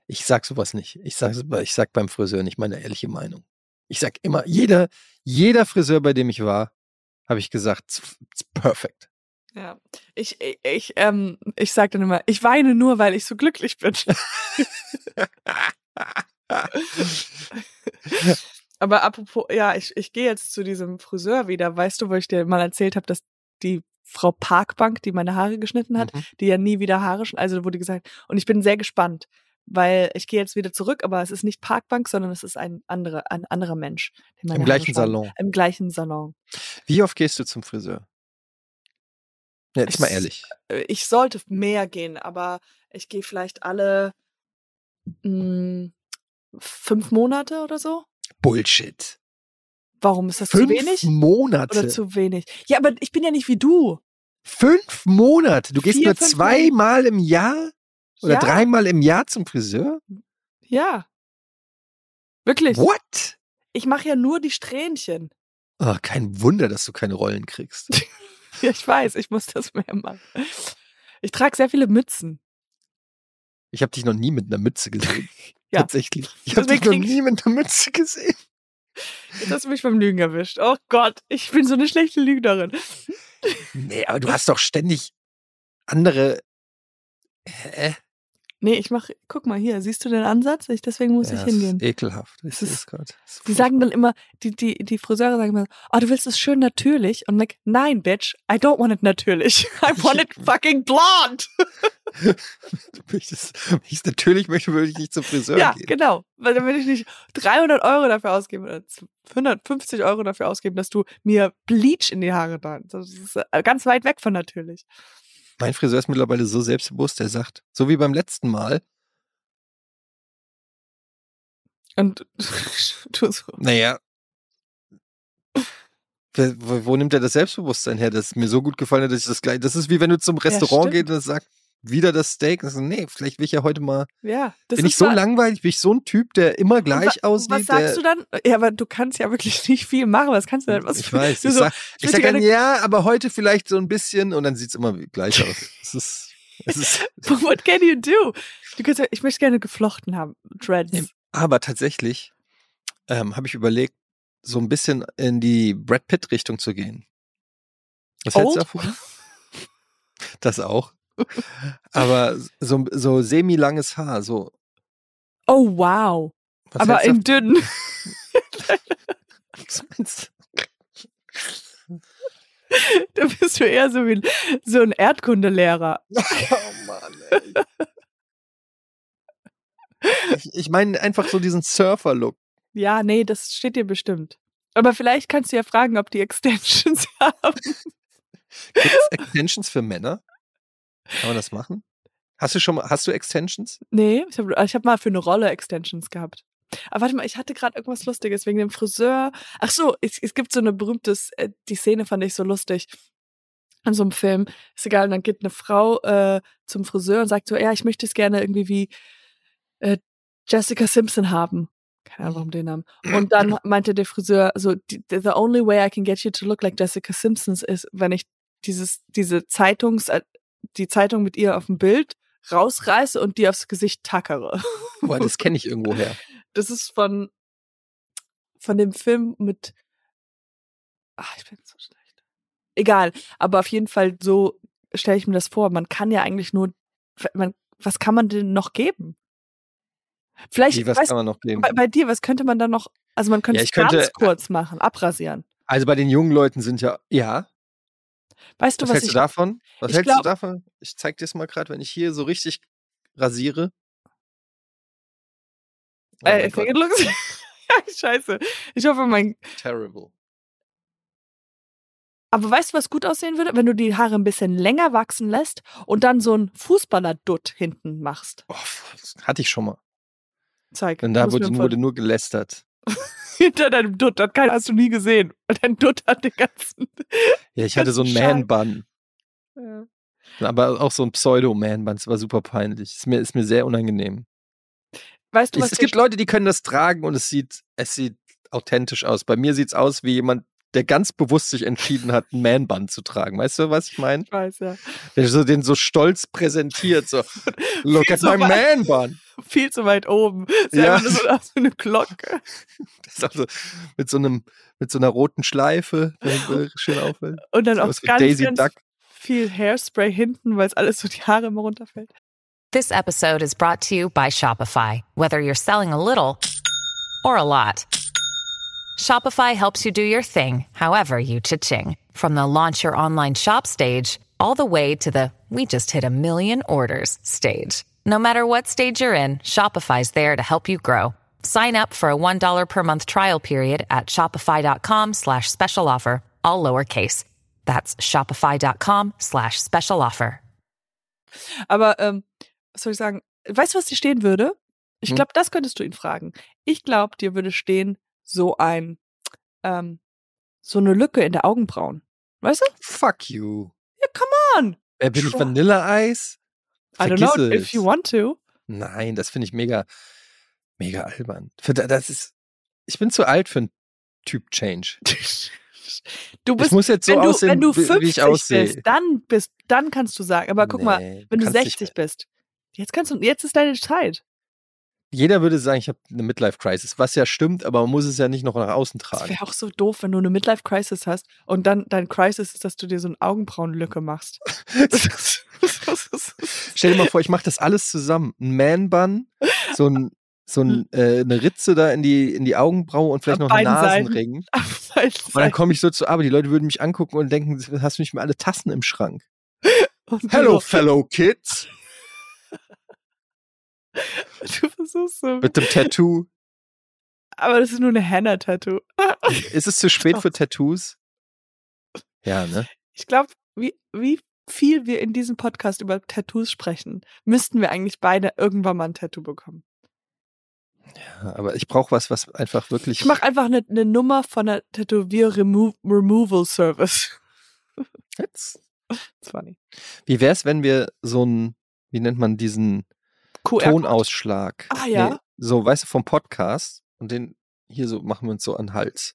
Ich sag sowas nicht. Ich sag, so- ich sag beim Friseur nicht meine ehrliche Meinung. Ich sag immer, jeder, jeder Friseur, bei dem ich war, habe ich gesagt, "It's- it's
<laughs>
perfect.
Ja. Ich, ich, ich, ähm, ich sage dann immer, ich weine nur, weil ich so glücklich bin. Aber apropos, ja, ich, ich gehe jetzt zu diesem Friseur wieder. Weißt du, wo ich dir mal erzählt habe, dass die Frau Parkbank, die meine Haare geschnitten hat,
Mhm.
die ja nie wieder Haare schn- also wurde gesagt, und ich bin sehr gespannt, weil ich gehe jetzt wieder zurück, aber es ist nicht Parkbank, sondern es ist ein anderer, ein anderer Mensch. der meine
Im
Haare
gleichen
schneiden-
Salon.
Im gleichen Salon.
Wie oft gehst du zum Friseur? Ja, jetzt mal ehrlich.
Äh, Ich sollte mehr gehen, aber ich gehe vielleicht alle mh, fünf Monate oder so.
Bullshit.
Warum ist das
Fünf
zu wenig?
Monate.
Oder zu wenig? Ja, aber ich bin ja nicht wie du.
fünf Monate. Du gehst
Vier,
nur
fünf
zweimal im Jahr oder
ja.
dreimal im Jahr zum Friseur?
Ja. Wirklich.
What?
Ich mache ja nur die Strähnchen. <laughs>
Ah, kein Wunder, dass du keine Rollen kriegst.
Ja, ich weiß, ich muss das mehr machen. Ich trage sehr viele Mützen.
Ich habe dich noch nie mit einer Mütze gesehen.
<laughs> Ja.
Tatsächlich. Ich habe dich
Deswegen
noch
krieg ich-
nie mit einer Mütze gesehen.
Jetzt hast du mich beim Lügen erwischt. Oh Gott, ich bin so eine schlechte Lügnerin.
Nee, aber du hast doch ständig andere. Hä?
Nee, ich mache, guck mal hier, siehst du den Ansatz? Ich, deswegen muss
Ja,
ich
es ist eh
hingehen.
Ekelhaft. Ich
Es
seh's
ist-
grad. Es ist
Die sagen dann immer, die, die, die Friseure sagen immer, oh, du willst es schön natürlich. Und I'm like, nein, bitch, I don't want it natürlich. <laughs> I
<laughs>
want it fucking blonde.
Du möchtest, <laughs> ich, natürlich möchte, würde ich nicht zum Friseur
Ja,
gehen.
genau. Weil dann will ich nicht 300 Euro dafür ausgeben oder 150 Euro dafür ausgeben, dass du mir Bleach in die Haare da. Das ist äh, ganz weit weg von natürlich.
Mein Friseur ist mittlerweile so selbstbewusst, er sagt, so wie beim letzten Mal, <laughs>
Und du so,
naja, wer- wo, wo nimmt er das Selbstbewusstsein her? Das ist mir so gut gefallen, hat, dass ich das gleich, das ist wie wenn du zum Restaurant
stimmt.
gehst und sagst, wieder das Steak. Und ich so, nee, vielleicht will ich ja heute mal,
ja. Das
bin
ist
ich so
wa-
langweilig, bin ich so ein Typ, der immer
Und wa-
gleich aussieht.
Was sagst
der, Hm,
du dann? Ja, aber du kannst ja wirklich <laughs> nicht viel machen. Was kannst du denn? Was
ich weiß,
du
ich
so,
sag, ich
würd
sag
dir
dann,
gerne-
ja, aber heute vielleicht so ein bisschen und dann sieht es immer gleich aus. es ist, es ist,
<laughs> What can you do? Du kannst, ja- ich möchte gerne geflochten haben, Dreads.
Ja. Aber tatsächlich ähm, habe ich überlegt, so ein bisschen in die Brad Pitt-Richtung zu gehen. Was hältst du
Old?
davon? Das auch. Aber so, so semi-langes Haar, so.
Oh wow,
Was
aber
hältst
in dünn.
du- was meinst du?
<laughs> da bist du eher so wie ein, so ein Erdkundelehrer. <laughs>
Oh Mann, ey. Ich, ich meine einfach so diesen Surfer-Look.
Ja, nee, das steht dir bestimmt. Aber vielleicht kannst du ja fragen, ob die <laughs> Extensions haben.
Gibt es Extensions für Männer? Kann man das machen? Hast du schon mal, hast du Extensions?
Nee, ich habe ich hab mal für eine Rolle Extensions gehabt. Aber warte mal, ich hatte gerade irgendwas Lustiges wegen dem Friseur. Ach so, es, es gibt so eine berühmtes, äh, die Szene fand ich so lustig. In so einem Film, ist egal, und dann geht eine Frau äh, zum Friseur und sagt so, ja, ich möchte es gerne irgendwie wie äh, Jessica Simpson haben. Keine Ahnung, warum den Namen. Und dann meinte der Friseur, so, "The- the only way I can get you to look like Jessica Simpsons ist, wenn ich dieses, diese Zeitungs, äh, die Zeitung mit ihr auf dem Bild rausreiße und dir aufs Gesicht tackere. <laughs>
Boah, das kenne ich irgendwoher.
Das ist von, von dem Film mit. Ach, ich bin so schlecht. Egal, aber auf jeden Fall so stelle ich mir das vor. Man kann ja eigentlich nur. Man, was kann man denn noch geben? Vielleicht,
Wie, was
weißt,
kann man noch nehmen?
bei, bei dir, was könnte man da noch. Also man könnte
Ja,
es
ich könnte-
ganz kurz machen, abrasieren.
Also bei den jungen Leuten sind ja, ja.
Weißt du,
Was
was
hältst
ich.
du davon? Was
ich
hältst du
glaub-
davon? Ich zeig dir es mal gerade, wenn ich hier so richtig rasiere. Oh
Äh,
mein
ich denke,
Gott,
Lux- <laughs> ja, scheiße. Ich hoffe, mein.
terrible.
Aber weißt du, was gut aussehen würde? Wenn du die Haare ein bisschen länger wachsen lässt und dann so einen Fußballer-Dutt hinten machst.
Oh, das hatte ich schon mal.
Zeig.
Denn da
muss
wurde,
mir
wurde
von-
nur gelästert.
<laughs> hinter deinem Dutt, das kann- hast du nie gesehen. Und dein Dutt hat den ganzen. <laughs>
Ja, ich hatte so einen
Ganz schade.
Man-Bun. Aber auch so ein Pseudo-Man-Bun. Das war super peinlich. Ist mir, ist mir sehr unangenehm.
Weißt du,
Ich,
was
<laughs> es
der-
gibt Leute, die können das tragen und es sieht, es sieht authentisch aus. Bei mir sieht es aus wie jemand, der ganz bewusst sich entschieden hat, einen Man-Bun zu tragen. Weißt du, was ich meine?
ich weiß, ja.
Der so den so stolz
<laughs>
präsentiert, so Look at
so
my
weit.
man bun.
Viel zu weit
<laughs>
oben. Ist
Ja.
ja. einfach nur so aus wie eine Glocke.
Das ist auch so, mit so einem mit so einer roten Schleife,
<laughs>
damit wir schön auffällt.
Und dann
So
auch
was wie
ganz,
Daisy
ganz
Duck.
viel Hairspray hinten, weil es alles so die Haare immer runterfällt.
This episode is brought to you by Shopify. Whether you're selling a little or a lot, Shopify helps you do your thing, however you cha-ching. From the launch your online shop stage, all the way to the we just hit a million orders stage. No matter what stage you're in, Shopify's there to help you grow. Sign up for a $1 per month trial period at shopify.com slash special offer, all lowercase. That's shopify.com slash special offer.
Aber ähm, was soll ich sagen? Weißt du, was dir stehen würde? Ich
Hm?
glaube, das könntest du ihn fragen. Ich glaube, dir würde stehen so ein ähm, so eine Lücke in der Augenbrauen. Weißt du?
Fuck you.
Ja, come on.
Wer bin ich
Schwa-
Vanilleeis?
I don't know
Vergiss
if
es. <laughs>
you want to.
Nein, das finde ich mega. mega albern. Für, da- das ist, ich bin zu alt für einen Typ-Change.
Du
Ich
bist,
muss jetzt so
wenn, du,
aussehen,
wenn du
wie,
50
wie ich aussehe.
bist, dann bist, dann kannst du sagen. Aber guck mal,
Nee,
wenn du
kannst nicht
60 bist, jetzt kannst du, jetzt ist deine Zeit.
Jeder würde sagen, ich habe eine Midlife-Crisis, was ja stimmt, aber man muss es ja nicht noch nach außen
Das
tragen.
wäre auch so doof, wenn du eine Midlife-Crisis hast und dann dein Crisis ist, dass du dir so eine Augenbrauenlücke machst.
<laughs> Stell dir mal vor, ich mache das alles zusammen. Ein Man-Bun, so, ein,
<laughs>
so ein, äh, eine Ritze da in die, in die Augenbraue und vielleicht
Auf
noch einen
beiden Seiten. <laughs>
Nasenring.
Auf beiden
Und dann
Seiten.
komme ich so zur Arbeit. Die Leute würden mich angucken und denken, hast du nicht mehr alle Tassen
<laughs>
im Schrank?
Und
Hello,
du,
fellow kids.
du versuchst so.
Mit dem Tattoo.
Aber das ist nur eine Hannah-Tattoo.
Ist es zu spät für Tattoos? Ja, ne?
Ich glaube, wie, wie viel wir in diesem Podcast über Tattoos sprechen, müssten wir eigentlich beide irgendwann mal ein Tattoo bekommen.
Ja, aber ich brauche was, was einfach wirklich.
Ich mache einfach eine, eine Nummer von der Tätowier-Removal Service.
jetzt.
That's <laughs> funny.
Wie wär's, wenn wir so einen, wie nennt man diesen
QR
Tonausschlag?
Ah, ja.
so, weißt du, vom Podcast und den hier so machen wir uns so an den Hals.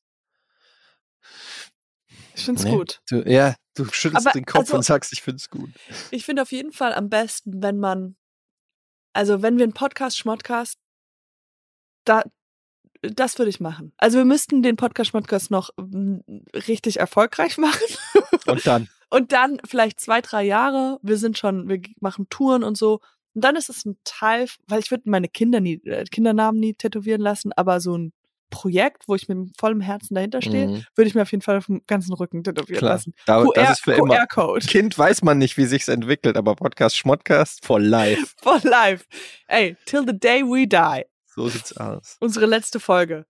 Ich finde es
Nee.
gut.
Du, ja, du schüttelst
Aber
den Kopf
also-
und sagst, ich find's gut.
Ich finde auf jeden Fall am besten, wenn man, also wenn wir einen Podcast, Schmodcast, da, das würde ich machen. Also wir müssten den Podcast, Schmodcast noch mm, richtig erfolgreich <laughs> machen. <laughs>
Und dann.
Und dann vielleicht zwei, drei Jahre. Wir sind schon, wir machen Touren und so. Und dann ist es ein Teil, weil ich würde meine Kinder nie, äh, Kindernamen nie tätowieren lassen, aber so ein Projekt, wo ich mit vollem Herzen dahinter stehe,
Mhm,
würde ich mir auf jeden Fall auf dem ganzen Rücken tätowieren
klar.
lassen.
Da, das
QR
ist für immer.
QR-Code
Kind weiß man nicht, wie sich's entwickelt, aber Podcast, Schmodcast for life.
<laughs> for life. Ey, till the day we die.
So sieht's aus.
Unsere letzte Folge.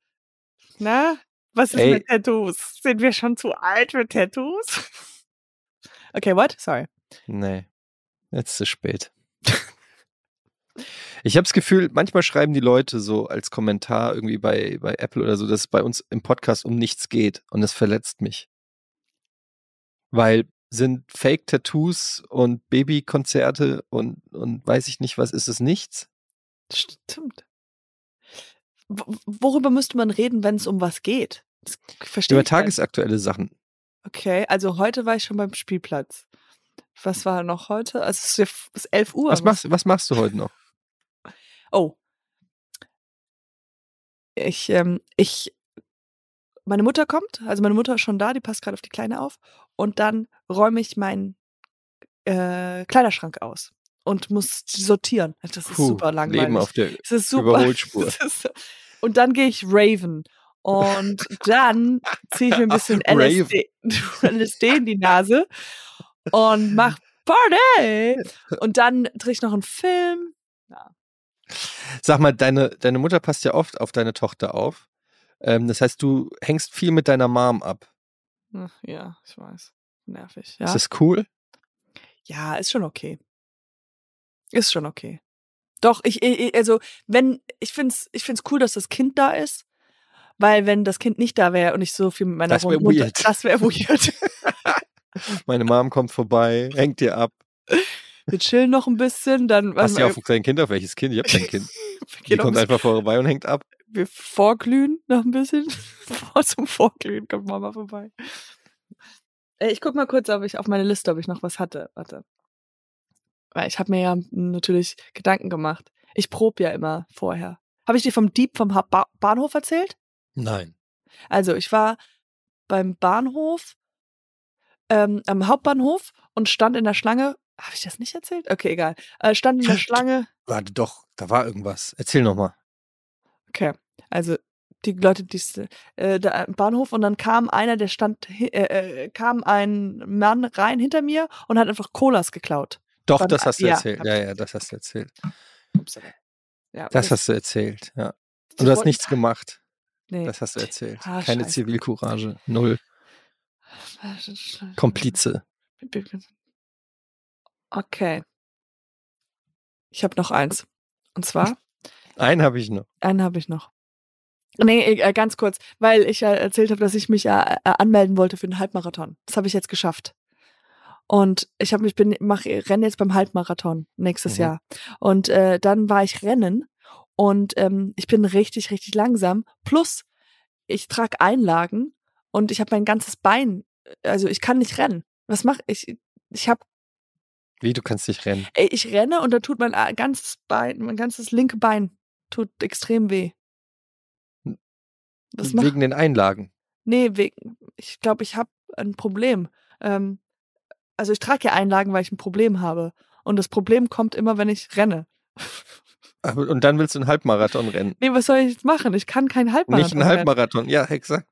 Na, was ist
Ey.
mit Tattoos? Sind wir schon zu alt für Tattoos? <laughs> Okay, what? Sorry.
Nee, jetzt zu spät. <laughs> Ich habe das Gefühl, manchmal schreiben die Leute so als Kommentar irgendwie bei, bei Apple oder so, dass es bei uns im Podcast um nichts geht und das verletzt mich. Weil sind Fake-Tattoos und Babykonzerte und, und weiß ich nicht was, ist es nichts?
Stimmt. W worüber müsste man reden, wenn es um was geht? Das verstehe
Über
ich gar
tagesaktuelle Sachen.
nicht. Okay, also heute war ich schon beim Spielplatz. Was war noch heute? Also es ist, ja f- es ist 11 Uhr.
Was machst, was machst du heute noch?
Oh. Ich, ähm, ich, meine Mutter kommt, also meine Mutter ist schon da, die passt gerade auf die Kleine auf. Und dann räume ich meinen äh, Kleiderschrank aus und muss sortieren. Das ist
Puh,
super langweilig.
Leben auf der
Es ist super. <laughs>
Überholspur.
Es ist so- Und dann gehe ich Raven. Und dann ziehe ich mir ein
<laughs>
bisschen <laughs> LSD, LSD in die Nase und mach Party. Und dann drehe ich noch einen Film.
Sag mal, deine, deine Mutter passt ja oft auf deine Tochter auf. Ähm, das heißt, du hängst viel mit deiner Mom ab.
Ach, Ja, ich weiß. Nervig. Ja,
Ist das cool?
ja ist schon okay. Ist schon okay. Doch, ich, ich also, wenn, ich finde es ich find's cool, dass das Kind da ist, weil wenn das Kind nicht da wäre und ich so viel mit meiner
Das wär
Mutter,
weird.
das wäre
<laughs>
weird.
Meine Mom kommt vorbei, hängt dir ab.
Wir chillen noch ein bisschen, dann
Passt
weiß
ja
man-
auf ein kleines Kind auf? Welches Kind? Ich hab
<laughs>
kein Kind.
wir
Die
gehen noch ein
kommt einfach vorbei und hängt ab.
bisschen- wir vorglühen noch ein bisschen. <laughs> Vor zum Vorglühen kommt Mama vorbei. Äh, Ich guck mal kurz, ob ich auf meine Liste, ob ich noch was hatte. Warte. Weil ich habe mir ja natürlich Gedanken gemacht. Ich prob ja immer vorher. Habe ich dir vom Dieb vom Ha- ba Bahnhof erzählt?
Nein.
Also ich war beim Bahnhof, ähm, am Hauptbahnhof und stand in der Schlange. Habe ich das nicht erzählt? Okay, egal. Äh, stand in der Schlange.
Warte doch, da war irgendwas. Erzähl nochmal.
Okay, also die Leute, die äh, da am Bahnhof und dann kam einer, der stand, hi- äh, äh, kam ein Mann rein hinter mir und hat einfach Colas geklaut.
Doch,
Dann-
das hast du
ja,
erzählt.
hab
Ja,
ich
ja, das hast du erzählt.
Upsala. Ja,
Das hast du erzählt, ja. Und du hast nichts gemacht.
Nee.
Das hast du erzählt.
Ah,
Keine
scheiße.
Zivilcourage. Null. Komplize.
Okay. Ich habe noch eins. Und zwar,
Einen habe ich noch.
einen habe ich noch. Nee, äh, ganz kurz, weil ich ja erzählt habe, dass ich mich ja äh, anmelden wollte für den Halbmarathon. Das habe ich jetzt geschafft. Und ich habe mich bin mach renne jetzt beim Halbmarathon nächstes
Mhm.
Jahr. Und äh, dann war ich rennen Und ähm, ich bin richtig, richtig langsam. Plus, ich trage Einlagen und ich habe mein ganzes Bein. Also ich kann nicht rennen. Was mache ich? Ich habe
Wie, du kannst nicht rennen.
Ey, ich renne und da tut mein a- ganzes Bein, mein ganzes linke Bein tut extrem weh. Was mach?
Hm. Wegen den Einlagen.
Nee, wegen. Ich glaube, ich habe ein Problem. Ähm, also ich trage ja Einlagen, weil ich ein Problem habe. Und das Problem kommt immer, wenn ich renne. <laughs>
Aber, Ah, und dann willst du einen Halbmarathon rennen.
Nee, was soll ich jetzt machen? Ich kann keinen Halbmarathon.
Nicht einen
rennen.
Halbmarathon. Ja, exakt.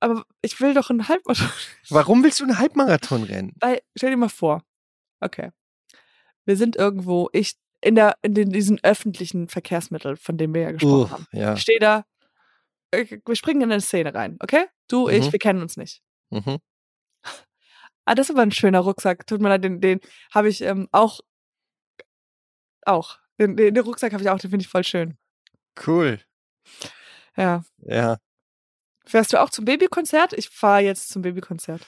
Aber ich will doch einen Halbmarathon. <laughs>
Warum willst du einen Halbmarathon rennen?
Weil, stell dir mal vor, okay, wir sind irgendwo, ich in der in den, diesen öffentlichen Verkehrsmittel, von dem wir ja gesprochen
Uff,
haben.
ja.
Steh da, äh, wir springen in eine Szene rein, okay? Du, ich,
Mhm.
wir kennen uns nicht.
Mhm.
Ah, das ist aber ein schöner Rucksack. Tut mir leid, den, den habe ich ähm, auch auch. Den, den, den Rucksack habe ich auch, den finde ich voll schön.
Cool.
Ja.
Ja.
Fährst du auch zum Babykonzert? Ich fahre jetzt zum Babykonzert.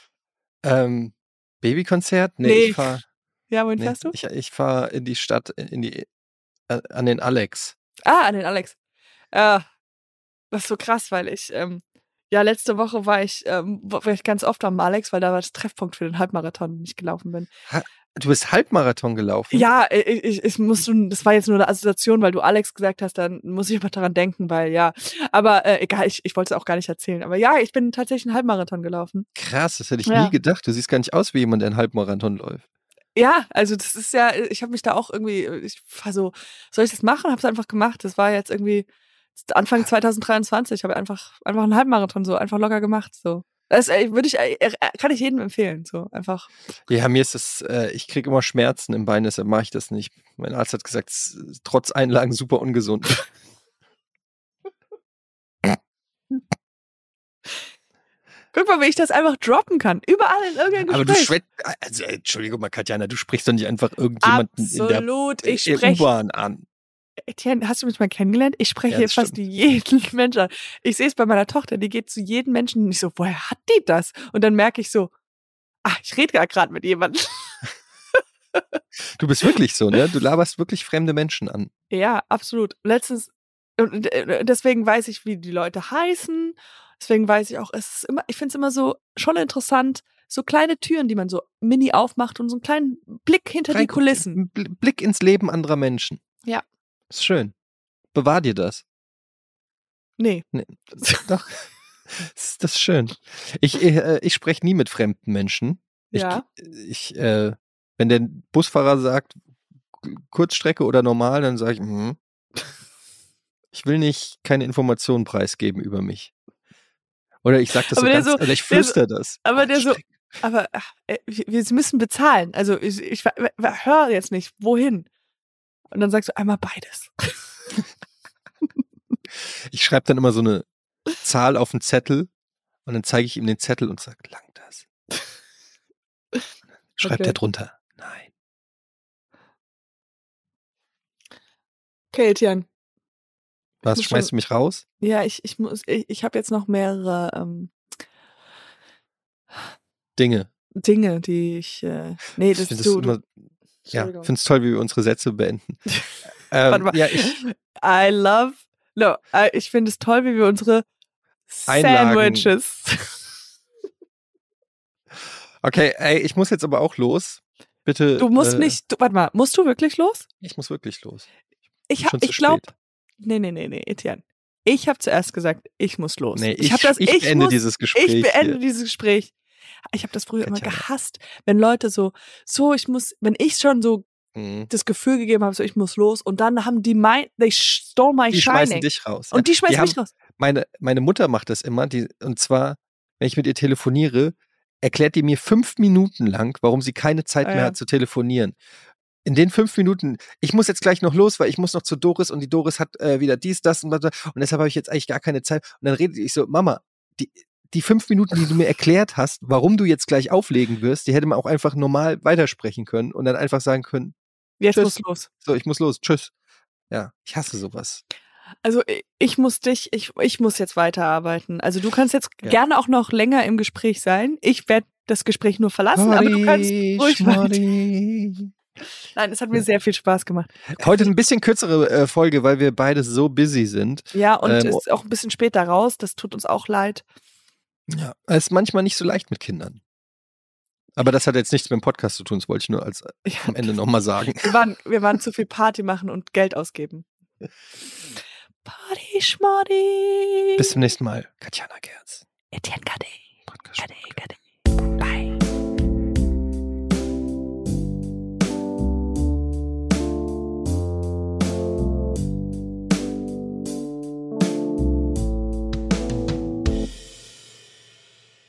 Ähm, Babykonzert? Nee,
Nee.
ich fahre
Ja, wohin
nee,
fährst du?
ich, ich fahr in die Stadt, in in die, äh, an den Alex.
Ah, an den Alex. Äh, das ist so krass, weil ich, ähm, ja, letzte Woche war ich, ähm, war ich ganz oft am Alex, weil da war das Treffpunkt für den Halbmarathon, den ich gelaufen bin.
Du bist Halbmarathon gelaufen?
Ja, ich, ich, ich muss schon, das war jetzt nur eine Assoziation, weil du Alex gesagt hast, dann muss ich immer daran denken, weil ja. Aber äh, egal, ich, ich wollte es auch gar nicht erzählen. Aber ja, ich bin tatsächlich einen Halbmarathon gelaufen.
Krass, das hätte ich
Ja.
nie gedacht. Du siehst gar nicht aus wie jemand, der einen Halbmarathon läuft.
Ja, also das ist ja, ich habe mich da auch irgendwie, ich war so, soll ich das machen? Habe es einfach gemacht. Das war jetzt irgendwie Anfang 2023. Habe einfach einfach einen Halbmarathon so einfach locker gemacht so. Das äh, würde ich, äh, äh, kann ich jedem empfehlen so einfach.
Ja, mir ist das, äh, ich kriege immer Schmerzen im Bein, deshalb mache ich das nicht. Mein Arzt hat gesagt, es ist trotz Einlagen super ungesund.
Guck mal, wie ich das einfach droppen kann. Überall in irgendeinem Gespräch.
Aber du schwätzt, also äh, Entschuldigung mal, Katjana, du sprichst doch nicht einfach irgendjemanden in
Absolut.
der,
ich
in der
spreche.
U-Bahn an.
Etienne, hast du mich mal kennengelernt? Ich spreche
Ja,
hier
das
fast jeden <laughs> Menschen an. Ich sehe es bei meiner Tochter, die geht zu jedem Menschen und ich so, woher hat die das? Und dann merke ich so, ach, ich rede ja gerade mit jemandem. <laughs>
Du bist wirklich so, ne? Du laberst wirklich fremde
<laughs>
Menschen an.
Ja, absolut. Letztens, und und, äh, deswegen weiß ich, wie die Leute heißen. Deswegen weiß ich auch, es ist immer, ich finde es immer so schon interessant, so kleine Türen, die man so mini aufmacht und so einen kleinen Blick hinter die
Rein-
Kulissen.
Ein Bl- Blick ins Leben anderer Menschen.
Ja.
Ist schön. Bewahr dir das.
Nee.
Doch. <laughs> Das das ist schön. Ich, äh, ich spreche nie mit fremden Menschen. Ich,
Ja.
ich, äh, wenn der Busfahrer sagt, Kurzstrecke oder normal, dann sage ich, mhm. ich will nicht keine Informationen preisgeben über mich. Oder ich sage das
Aber
so
der
ganz,
so-
oder ich
der so-
flüster das. Oh,
aber der so-
Kurzstrecke.
Aber ach, äh, wir wir müssen bezahlen. Also ich, ich höre jetzt nicht, wohin. Und dann sagst du einmal beides.
Ich schreibe dann immer so eine Zahl auf einen Zettel und dann zeige ich ihm den Zettel und sage, lang
<laughs>
das. Schreibt
Okay.
er drunter. Nein.
Okay, Etienne.
Was,
muss
schmeißt
schon-
du mich raus?
Ja, ich, ich muss, ich, ich habe jetzt noch mehrere ähm,
Dinge.
Dinge, die ich. Äh, nee, das
ich finde
du, du,
immer, ja,
Entschuldigung.
find's toll, wie wir unsere
<laughs>
Sätze beenden. ähm,
Warte mal.
Ja, ich,
I love. No, I- ich finde es toll, wie wir unsere
Einlagen. <laughs>
Sandwiches.
okay, ey, ich muss jetzt aber auch los. Bitte.
Du musst
äh,
nicht. Du, warte mal, musst du wirklich los?
Ich muss wirklich los.
Ich,
Bin
hab-
schon zu
ich glaube.
spät.
Nee, nee, nee, nee, Etienne. Ich habe zuerst gesagt, ich muss los.
Nee, ich,
hab das,
ich, beende
muss,
dieses Gespräch.
Ich beende
hier.
dieses Gespräch. Ich habe das früher immer
Katjana.
gehasst, wenn Leute so, so, ich muss, wenn ich schon so
Mhm.
das Gefühl gegeben habe, so, ich muss los und dann haben die mein, they stole my
Die schmeißen
shining.
dich raus.
und die schmeißen
haben-
mich raus.
meine, meine Mutter macht das immer, die, und zwar, wenn ich mit ihr telefoniere, erklärt die mir fünf Minuten lang, warum sie keine Zeit
Ah,
mehr
ja.
hat zu telefonieren. In den fünf Minuten, ich muss jetzt gleich noch los, weil ich muss noch zu Doris und die Doris hat äh, wieder dies, das und bla, bla, und deshalb habe ich jetzt eigentlich gar keine Zeit. Und dann redet ich so, Mama, die, die fünf Minuten, die du mir erklärt hast, warum du jetzt gleich auflegen wirst, die hätte man auch einfach normal weitersprechen können und dann einfach sagen können,
Jetzt
Tschüss.
muss los.
so, ich muss los, tschüss. Ja, ich hasse sowas.
Also ich- ich muss dich, ich, ich muss jetzt weiterarbeiten. Also du kannst jetzt
Ja.
gerne auch noch länger im Gespräch sein. Ich werde das Gespräch nur verlassen, aber du kannst ruhig weiter.
Sorry.
Nein, es hat mir sehr viel Spaß gemacht.
Heute ein bisschen kürzere äh, Folge, weil wir beide so busy sind.
Ja, und
Ähm,
ist auch ein bisschen später raus. Das tut uns auch leid.
Ja. Es ist manchmal nicht so leicht mit Kindern. Aber das hat jetzt nichts mit dem Podcast zu tun, das wollte ich nur als äh,
Ja,
am Ende nochmal sagen.
Wir waren, wir waren zu viel Party machen und Geld ausgeben. Party, Schmarty.
Bis zum nächsten Mal. Katjana Gerz.
Etienne Cadet.
Podcast.
Cadet, Cadet. Bye.